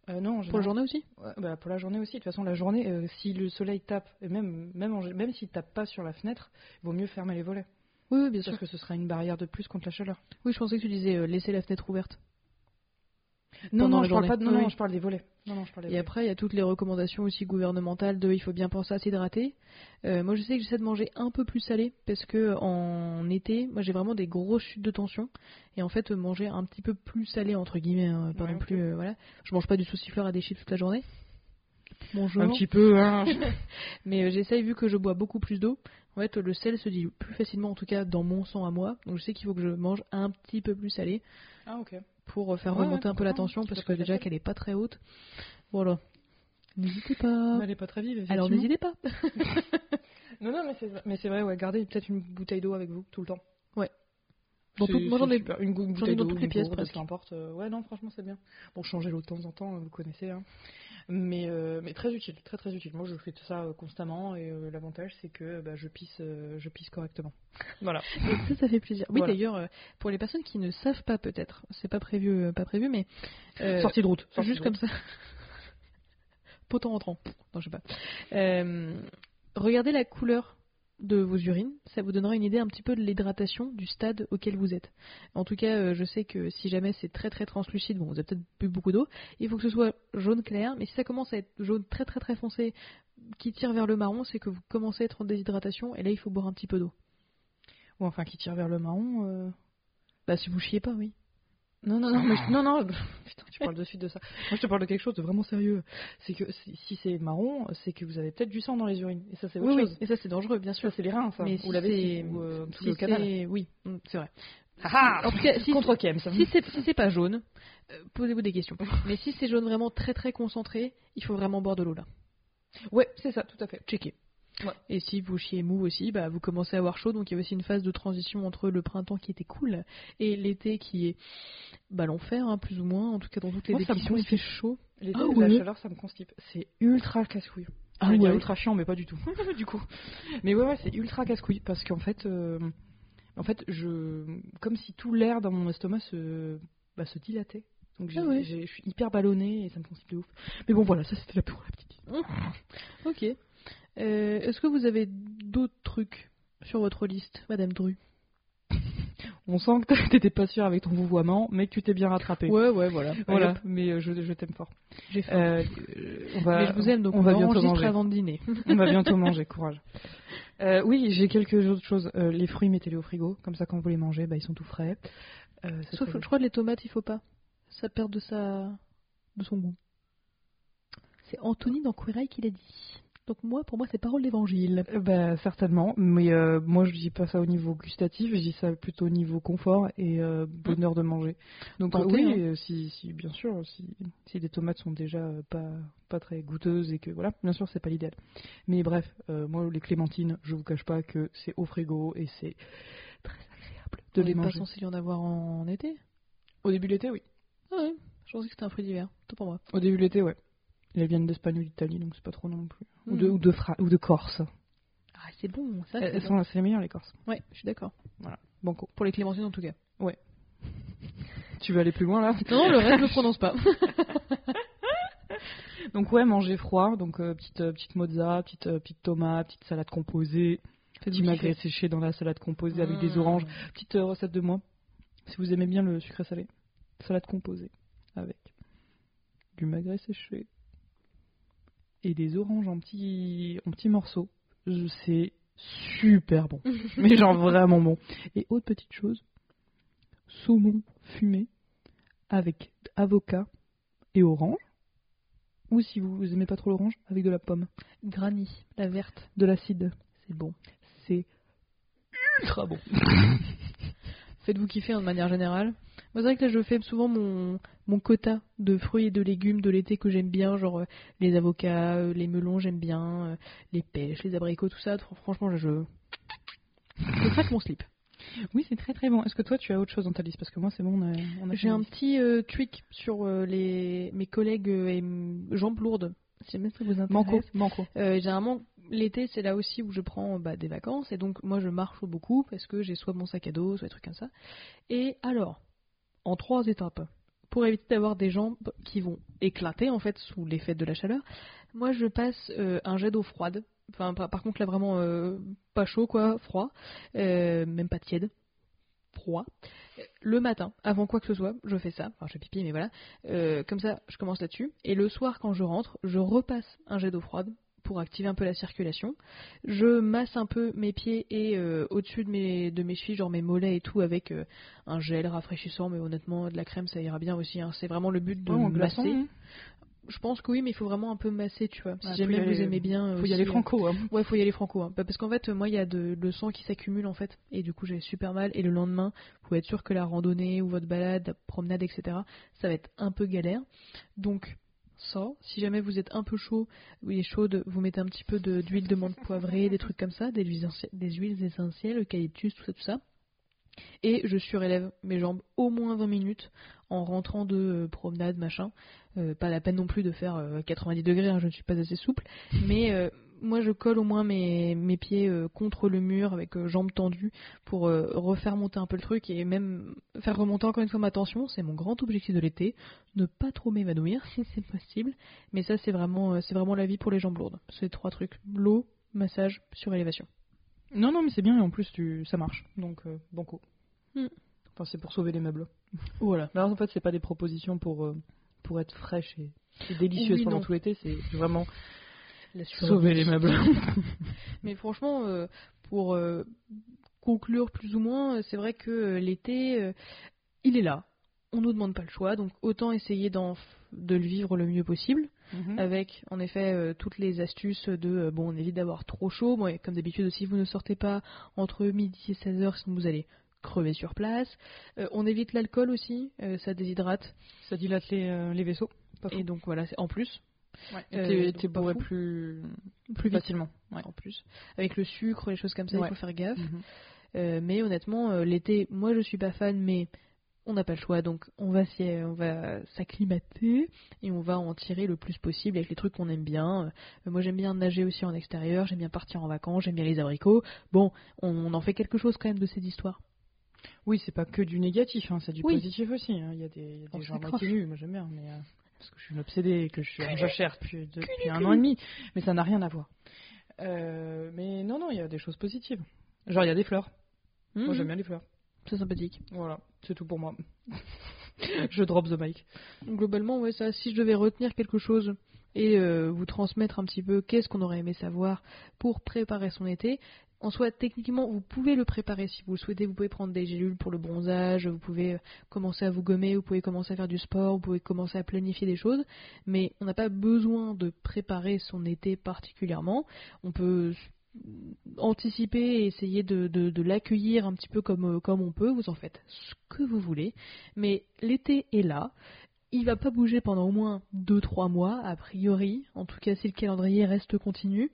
Speaker 2: Euh, non, en
Speaker 1: Pour
Speaker 2: général-
Speaker 1: le journée aussi
Speaker 2: Ouais, bah, pour la journée aussi. De toute façon, la journée, euh, si le soleil tape, et même, même, en- même s'il tape pas sur la fenêtre, il vaut mieux fermer les volets.
Speaker 1: Oui, oui, bien
Speaker 2: Parce
Speaker 1: sûr.
Speaker 2: que ce sera une barrière de plus contre la chaleur.
Speaker 1: Oui, je pensais que tu disais euh, laisser la fenêtre ouverte.
Speaker 2: Non,
Speaker 1: Pendant
Speaker 2: non,
Speaker 1: la
Speaker 2: je parle
Speaker 1: journée.
Speaker 2: pas de- non,
Speaker 1: Oui,
Speaker 2: non,
Speaker 1: oui.
Speaker 2: je parle des volets. Non, non, je parle des
Speaker 1: Et
Speaker 2: volets.
Speaker 1: après, il y a toutes les recommandations aussi gouvernementales de il faut bien penser à s'hydrater. Euh, moi, je sais que j'essaie de manger un peu plus salé parce que en été, moi j'ai vraiment des grosses chutes de tension. Et en fait, euh, manger un petit peu plus salé, entre guillemets, hein, pas
Speaker 2: Ouais,
Speaker 1: non
Speaker 2: ok.
Speaker 1: plus. euh, voilà. Je mange pas du saucifleur à des chips toute la journée. Bonjour.
Speaker 2: Un petit peu, hein.
Speaker 1: Mais euh, j'essaye, vu que je bois beaucoup plus d'eau, en fait, le sel se dilue plus facilement, en tout cas dans mon sang à moi. Donc je sais qu'il faut que je mange un petit peu plus salé
Speaker 2: ah, ok.
Speaker 1: pour euh, faire
Speaker 2: Ouais, ouais,
Speaker 1: remonter un peu la
Speaker 2: pourquoi pas,
Speaker 1: tension
Speaker 2: tu
Speaker 1: parce
Speaker 2: peux
Speaker 1: que
Speaker 2: pas
Speaker 1: déjà
Speaker 2: t'attaquer.
Speaker 1: qu'elle est pas très haute. Voilà. N'hésitez pas.
Speaker 2: Elle est pas très vive,
Speaker 1: Alors
Speaker 2: Bah, effectivement.
Speaker 1: n'hésitez pas.
Speaker 2: Non, non, mais c'est vrai- mais c'est vrai, ouais. Gardez peut-être une bouteille d'eau avec vous, tout le temps.
Speaker 1: Ouais. Dans
Speaker 2: C'est-
Speaker 1: toutes- moi,
Speaker 2: c'est
Speaker 1: j'en ai-
Speaker 2: super. une, gou- une
Speaker 1: ai
Speaker 2: bouteille
Speaker 1: dans
Speaker 2: d'eau,
Speaker 1: toutes les
Speaker 2: une
Speaker 1: pièces,
Speaker 2: gourde,
Speaker 1: presque.
Speaker 2: peu importe. euh, Ouais, non, franchement, c'est bien. Bon, changer l'eau de temps en temps, euh, vous connaissez, hein. Mais, euh, mais très utile, très très utile. Moi, je fais tout ça euh, constamment et euh, l'avantage, c'est que bah, je pisse, euh, je pisse correctement. Voilà.
Speaker 1: Ça, ça fait plaisir. Oui,
Speaker 2: Voilà.
Speaker 1: d'ailleurs, euh, pour les personnes qui ne savent pas peut-être, c'est pas prévu, euh, pas prévu, mais euh,
Speaker 2: sortie de route. sortie
Speaker 1: juste
Speaker 2: de
Speaker 1: comme ça,
Speaker 2: route.
Speaker 1: potent rentrant. Non, je sais pas. Euh, regardez la couleur de vos urines, ça vous donnera une idée un petit peu de l'hydratation du stade auquel vous êtes. En tout cas, euh, je sais que si jamais c'est très très translucide, bon, vous avez peut-être bu beaucoup d'eau, il faut que ce soit jaune clair, mais si ça commence à être jaune très très très foncé, qui tire vers le marron, c'est que vous commencez à être en déshydratation, et là il faut boire un petit peu d'eau.
Speaker 2: Ou enfin, qui tire vers le marron. euh,
Speaker 1: Bah si vous chiez pas, oui.
Speaker 2: Non, non, non, mais je- non, non, je- putain, tu parles de suite de ça. Moi, je te parle de quelque chose de vraiment sérieux. C'est que si, si c'est marron, c'est que vous avez peut-être du sang dans les urines. Et ça, c'est autre
Speaker 1: Oui,
Speaker 2: chose.
Speaker 1: oui, et ça c'est dangereux, bien sûr.
Speaker 2: Ça, c'est les reins, ça.
Speaker 1: Mais
Speaker 2: ou
Speaker 1: si
Speaker 2: la vessie,
Speaker 1: c'est-
Speaker 2: ou euh, tout
Speaker 1: Si
Speaker 2: le canal.
Speaker 1: c'est- Oui, mm, c'est vrai.
Speaker 2: Ah
Speaker 1: En tout cas, si-
Speaker 2: Contre Kems.
Speaker 1: Si c'est si c'est pas jaune, euh, posez-vous des questions. Mais si c'est jaune vraiment très très concentré, il faut vraiment boire de l'eau là.
Speaker 2: Ouais, c'est ça, tout à fait.
Speaker 1: Checker.
Speaker 2: Ouais.
Speaker 1: Et si vous chiez mou aussi, bah, vous commencez à avoir chaud, donc il y a aussi une phase de transition entre le printemps qui était cool et l'été qui est bah, l'enfer, hein, plus ou moins, en tout cas dans toutes les
Speaker 2: Moi, ça me
Speaker 1: définitions, il fait chaud.
Speaker 2: Les
Speaker 1: Ah
Speaker 2: La
Speaker 1: ouais.
Speaker 2: chaleur, ça me constipe. C'est ultra casse-couille.
Speaker 1: Ah
Speaker 2: J'allais dire
Speaker 1: ouais.
Speaker 2: ultra chiant, mais pas du tout. du coup. Mais ouais, ouais, c'est ultra casse-couille parce qu'en fait, euh, en fait, je, comme si tout l'air dans mon estomac se, bah, se dilatait. Donc j'ai-
Speaker 1: Ah ouais.
Speaker 2: j'ai- je suis hyper ballonnée et ça me constipe de ouf. Mais bon, voilà, ça c'était là pour la petite.
Speaker 1: Ok. Euh, Est-ce que vous avez d'autres trucs sur votre liste, Madame Dru
Speaker 2: On sent que t'étais pas sûre avec ton vouvoiement, mais que tu t'es bien rattrapée.
Speaker 1: Ouais, ouais, voilà.
Speaker 2: Voilà, mais euh, je, je t'aime fort.
Speaker 1: J'ai faim.
Speaker 2: Euh, euh, on va,
Speaker 1: Mais je vous aime, donc
Speaker 2: on
Speaker 1: Bah, on,
Speaker 2: va bientôt
Speaker 1: enregistre
Speaker 2: manger.
Speaker 1: avant de dîner.
Speaker 2: On va bientôt manger, courage. Euh, oui, j'ai quelques autres choses. Euh, les fruits, mettez-les au frigo. Comme ça, quand vous les mangez, bah, ils sont tout frais. Euh, c'est
Speaker 1: Sauf,
Speaker 2: très
Speaker 1: je crois que les tomates, il faut pas. Ça perd de sa, de son goût. C'est Anthony dans Queer Eye qui l'a dit. Donc moi, pour moi, c'est parole d'évangile.
Speaker 2: Euh, Bah, certainement, mais euh, moi je dis pas ça au niveau gustatif, je dis ça plutôt au niveau confort et euh, bonheur de manger. Donc
Speaker 1: Tentez,
Speaker 2: euh, oui,
Speaker 1: hein.
Speaker 2: euh, si, si, bien sûr, si, si les tomates sont déjà euh, pas, pas très goûteuses et que voilà, bien sûr c'est pas l'idéal. Mais bref, euh, moi les clémentines, je vous cache pas que c'est au frigo et c'est très agréable de
Speaker 1: On
Speaker 2: les
Speaker 1: n'est pas
Speaker 2: manger.
Speaker 1: censé y en avoir en été
Speaker 2: Au début de l'été, oui.
Speaker 1: Ah ouais, je pensais que c'était un fruit d'hiver. Tout pour moi.
Speaker 2: Au début de l'été, ouais. Elles viennent d'Espagne ou d'Italie, donc c'est pas trop non plus. Ou, de,
Speaker 1: Hmm.
Speaker 2: ou, de Fra- ou de Corse.
Speaker 1: Ah, c'est bon, ça
Speaker 2: Elles
Speaker 1: c'est bon.
Speaker 2: sont assez meilleures les Corses.
Speaker 1: Ouais, je suis d'accord.
Speaker 2: Banco.
Speaker 1: Pour les clémentines en tout cas.
Speaker 2: Tu veux aller plus loin là
Speaker 1: Non, le reste je le prononce pas.
Speaker 2: Donc ouais, manger froid, donc euh, petite euh, petite mozza, petite euh, petite tomate, petite salade composée, petit magret séché dans la salade composée avec
Speaker 1: Hmm.
Speaker 2: des oranges, petite euh, recette de moi. Si vous aimez bien le sucré salé, salade composée avec du magret séché et des oranges en petits en petits morceaux. Je- C'est super bon, mais genre vraiment bon. Et autre petite chose, saumon fumé avec avocat et orange. Ou si vous aimez pas trop l'orange, avec de la pomme,
Speaker 1: Granny, la verte,
Speaker 2: de l'acide.
Speaker 1: c'est bon.
Speaker 2: C'est ultra bon.
Speaker 1: Faites-vous kiffer hein, de manière générale. Moi, c'est vrai que là, je fais souvent mon, mon quota de fruits et de légumes de l'été que j'aime bien, genre euh, les avocats, euh, les melons, j'aime bien, euh, les pêches, les abricots, tout ça. Fr- Franchement, je, je craque mon slip.
Speaker 2: Oui, c'est très très bon. Est-ce que toi tu as autre chose dans ta liste Parce que moi c'est bon, on a, on a
Speaker 1: J'ai
Speaker 2: fini.
Speaker 1: un petit euh, trick sur euh, les, mes collègues euh, et mm, jambes lourdes. Si jamais ça vous intéresse.
Speaker 2: Manco, manco.
Speaker 1: Euh, généralement, l'été, c'est là aussi où je prends bah, des vacances. Et donc, moi, je marche beaucoup parce que j'ai soit mon sac à dos, soit des trucs comme ça. Et alors, en trois étapes, pour éviter d'avoir des jambes qui vont éclater, en fait, sous l'effet de la chaleur, moi, je passe euh, un jet d'eau froide. Enfin, par, par contre, là, vraiment euh, pas chaud, quoi, froid. Euh, même pas tiède. Froid. Le matin, avant quoi que ce soit, je fais ça. Enfin, je fais pipi, mais voilà. Euh, comme ça, je commence là-dessus. Et le soir, quand je rentre, je repasse un jet d'eau froide pour activer un peu la circulation. Je masse un peu mes pieds et euh, au-dessus de mes, de mes chevilles, genre mes mollets et tout, avec euh, un gel rafraîchissant, mais honnêtement, de la crème, ça ira bien aussi. hein. C'est vraiment le but de
Speaker 2: Ouais, en glaçant,
Speaker 1: masser.
Speaker 2: hein.
Speaker 1: Je pense que oui, mais il faut vraiment un peu masser, tu vois. Si
Speaker 2: Ouais, faut
Speaker 1: jamais
Speaker 2: y
Speaker 1: vous
Speaker 2: aller-
Speaker 1: aimez bien.
Speaker 2: Bah,
Speaker 1: euh,
Speaker 2: Faut y aller
Speaker 1: aussi,
Speaker 2: franco. hein.
Speaker 1: Ouais, faut y aller franco. hein. Bah, Parce qu'en fait, euh, moi, il y a de, le sang qui s'accumule, en fait. Et du coup, j'avais super mal. Et le lendemain, vous pouvez être sûr que la randonnée ou votre balade, la promenade, etc., ça va être un peu galère. Donc, ça, si jamais vous êtes un peu chaud ou il est chaude, vous mettez un petit peu de- d'huile de menthe poivrée, des trucs comme ça, des huiles, enci- des huiles essentielles, eucalyptus, tout ça, tout ça. Et je surélève mes jambes au moins 20 minutes en rentrant de euh, promenade, machin. Euh, pas la peine non plus de faire euh, 90 degrés, hein, je ne suis pas assez souple. Mais euh, moi, je colle au moins mes, mes pieds euh, contre le mur avec euh, jambes tendues pour euh, refaire monter un peu le truc et même faire remonter encore une fois ma tension. C'est mon grand objectif de l'été, ne pas trop m'évanouir si c'est possible. Mais ça, c'est vraiment, euh, c'est vraiment la vie pour les jambes lourdes. Ces trois trucs l'eau, massage, surélévation.
Speaker 2: Non, non, mais c'est bien et en plus tu... ça marche. Donc euh, banco.
Speaker 1: Hmm.
Speaker 2: Enfin, c'est pour sauver les meubles.
Speaker 1: Voilà.
Speaker 2: Là en fait, c'est pas des propositions pour, euh, pour être fraîche et, et délicieuse
Speaker 1: Oui,
Speaker 2: pendant
Speaker 1: non.
Speaker 2: tout l'été, c'est vraiment
Speaker 1: La
Speaker 2: sauver les meubles.
Speaker 1: Mais franchement, euh, pour euh, conclure plus ou moins, euh, c'est vrai que euh, l'été, euh, il est là. On nous demande pas le choix, donc autant essayer d'en f- de le vivre le mieux possible,
Speaker 2: Mhm.
Speaker 1: avec en effet euh, toutes les astuces de euh, bon, on évite d'avoir trop chaud. Bon, et comme d'habitude, si vous ne sortez pas entre midi et 16 heures, sinon vous allez crever sur place. Euh, on évite l'alcool aussi, euh, ça déshydrate.
Speaker 2: Ça dilate les, euh, les vaisseaux. Pas fou.
Speaker 1: Et donc voilà, c'est en plus,
Speaker 2: Et
Speaker 1: Euh,
Speaker 2: t'es-
Speaker 1: donc
Speaker 2: t'es
Speaker 1: pas
Speaker 2: bourré
Speaker 1: fou.
Speaker 2: plus,
Speaker 1: plus vite.
Speaker 2: facilement. Ouais.
Speaker 1: En plus, avec le sucre, les choses comme ça,
Speaker 2: Ouais.
Speaker 1: il faut faire gaffe.
Speaker 2: Mhm.
Speaker 1: Euh, mais honnêtement, euh, l'été, moi je suis pas fan, mais on n'a pas le choix, donc on va s'y- euh, on va s'acclimater et on va en tirer le plus possible avec les trucs qu'on aime bien. Euh, moi j'aime bien nager aussi en extérieur, j'aime bien partir en vacances, j'aime bien les abricots. Bon, on, on en fait quelque chose quand même de cette histoire.
Speaker 2: Oui, c'est pas que du négatif, hein, c'est du
Speaker 1: Oui.
Speaker 2: positif aussi. hein. Il y a des, il y a
Speaker 1: On
Speaker 2: des gens à
Speaker 1: s'accroche.
Speaker 2: moitié nus, moi j'aime bien, mais euh, parce que je suis une obsédée et que je suis en jachère depuis, depuis un an et demi, mais ça n'a rien à voir. Euh, mais non, non, il y a des choses positives. Genre, il y a des fleurs. Moi
Speaker 1: Mhm.
Speaker 2: j'aime bien les fleurs.
Speaker 1: C'est sympathique.
Speaker 2: Voilà, c'est tout pour moi. je drop the mic.
Speaker 1: Globalement, ouais, ça, si je devais retenir quelque chose et euh, vous transmettre un petit peu qu'est-ce qu'on aurait aimé savoir pour préparer son été, En soit, techniquement, vous pouvez le préparer si vous le souhaitez. Vous pouvez prendre des gélules pour le bronzage, vous pouvez euh, commencer à vous gommer, vous pouvez commencer à faire du sport, vous pouvez commencer à planifier des choses. Mais on n'a pas besoin de préparer son été particulièrement. On peut anticiper et essayer de, de- de l'accueillir un petit peu comme, euh, comme on peut. Vous en faites ce que vous voulez. Mais l'été est là. Il va pas bouger pendant au moins 2-3 mois, a priori. En tout cas, si le calendrier reste continu.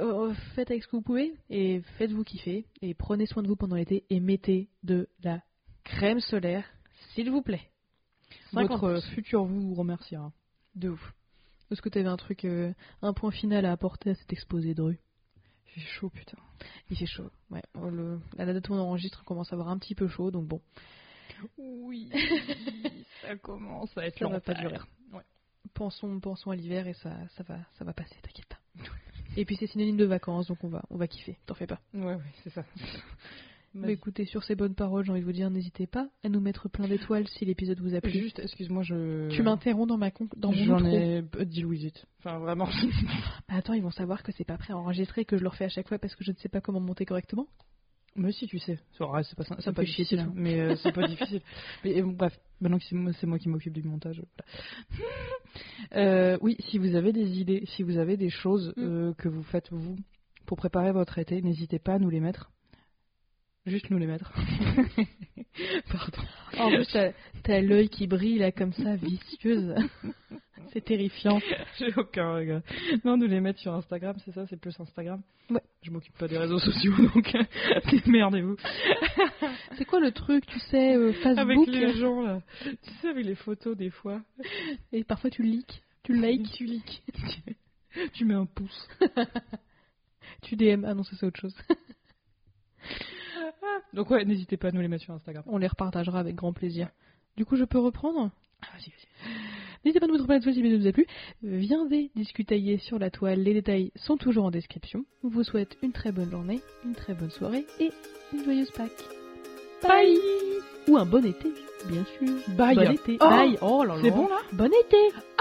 Speaker 1: Euh, faites avec ce que vous pouvez et faites-vous kiffer. Et prenez soin de vous pendant l'été et mettez de la crème solaire, s'il vous plaît. Cinquante
Speaker 2: Votre
Speaker 1: pouces.
Speaker 2: futur vous vous remerciera.
Speaker 1: De ouf. Est-ce que tu avais un truc, euh, un point final à apporter à cet exposé de rue
Speaker 2: J'ai chaud, putain.
Speaker 1: Il fait chaud. Ouais, on le- à la date où on enregistre, on commence à avoir un petit peu chaud, donc bon,
Speaker 2: Oui, ça commence à être
Speaker 1: ça va pas
Speaker 2: l'enfer.
Speaker 1: durer. Pensons, pensons à l'hiver et ça, ça va, ça va passer, t'inquiète pas. Et puis c'est synonyme de vacances, donc on va, on va kiffer. T'en fais pas.
Speaker 2: Ouais, ouais, c'est ça.
Speaker 1: Bah écoutez, sur ces bonnes paroles, j'ai envie de vous dire, n'hésitez pas à nous mettre plein d'étoiles si l'épisode vous a plu.
Speaker 2: Juste, excuse-moi, je.
Speaker 1: Tu m'interromps dans ma con... dans mon
Speaker 2: J'en
Speaker 1: outro.
Speaker 2: ai. Dis Louis Enfin, vraiment.
Speaker 1: Bah attends, ils vont savoir que c'est pas prêt à enregistrer, que je le refais à chaque fois parce que je ne sais pas comment monter correctement.
Speaker 2: Mais si tu sais, c'est vrai, c'est pas, c'est
Speaker 1: me
Speaker 2: pas
Speaker 1: fait chier,
Speaker 2: difficile,
Speaker 1: c'est
Speaker 2: hein,
Speaker 1: tout.
Speaker 2: mais euh, c'est pas difficile. Mais euh, bref, maintenant que c'est moi, c'est moi qui m'occupe du montage. voilà. Euh, oui, si vous avez des idées, si vous avez des choses
Speaker 1: Mm.
Speaker 2: euh, que vous faites vous pour préparer votre été, n'hésitez pas à nous les mettre. Juste nous les mettre. Pardon.
Speaker 1: En plus, t'as- t'as l'œil qui brille là comme ça, vicieuse. c'est terrifiant.
Speaker 2: J'ai aucun regret. Non, nous les mettre sur Instagram, c'est ça, c'est plus Instagram.
Speaker 1: Ouais.
Speaker 2: Je m'occupe pas des réseaux sociaux, donc euh, démerdez-vous.
Speaker 1: C'est quoi le truc, tu sais, euh, Facebook
Speaker 2: Avec les gens, là. Tu sais, avec les photos, des fois.
Speaker 1: Et parfois tu leaks, tu likes, tu leaks,
Speaker 2: Tu mets un pouce.
Speaker 1: tu DM. Ah non, ça, c'est autre chose.
Speaker 2: Donc ouais, n'hésitez pas à nous les mettre sur Instagram.
Speaker 1: On les repartagera avec grand plaisir. Du coup, je peux reprendre
Speaker 2: vas-y, vas-y.
Speaker 1: N'hésitez pas à nous retrouver là-dessus si le vidéo vous a plu. Viendez discutailler sur la toile. Les détails sont toujours en description. On vous souhaite une très bonne journée, une très bonne soirée et une joyeuse Pâques. Bye Ou un bon été, bien sûr.
Speaker 2: Bye.
Speaker 1: Bon été.
Speaker 2: Oh
Speaker 1: Bye Oh là là
Speaker 2: C'est bon là
Speaker 1: Bon été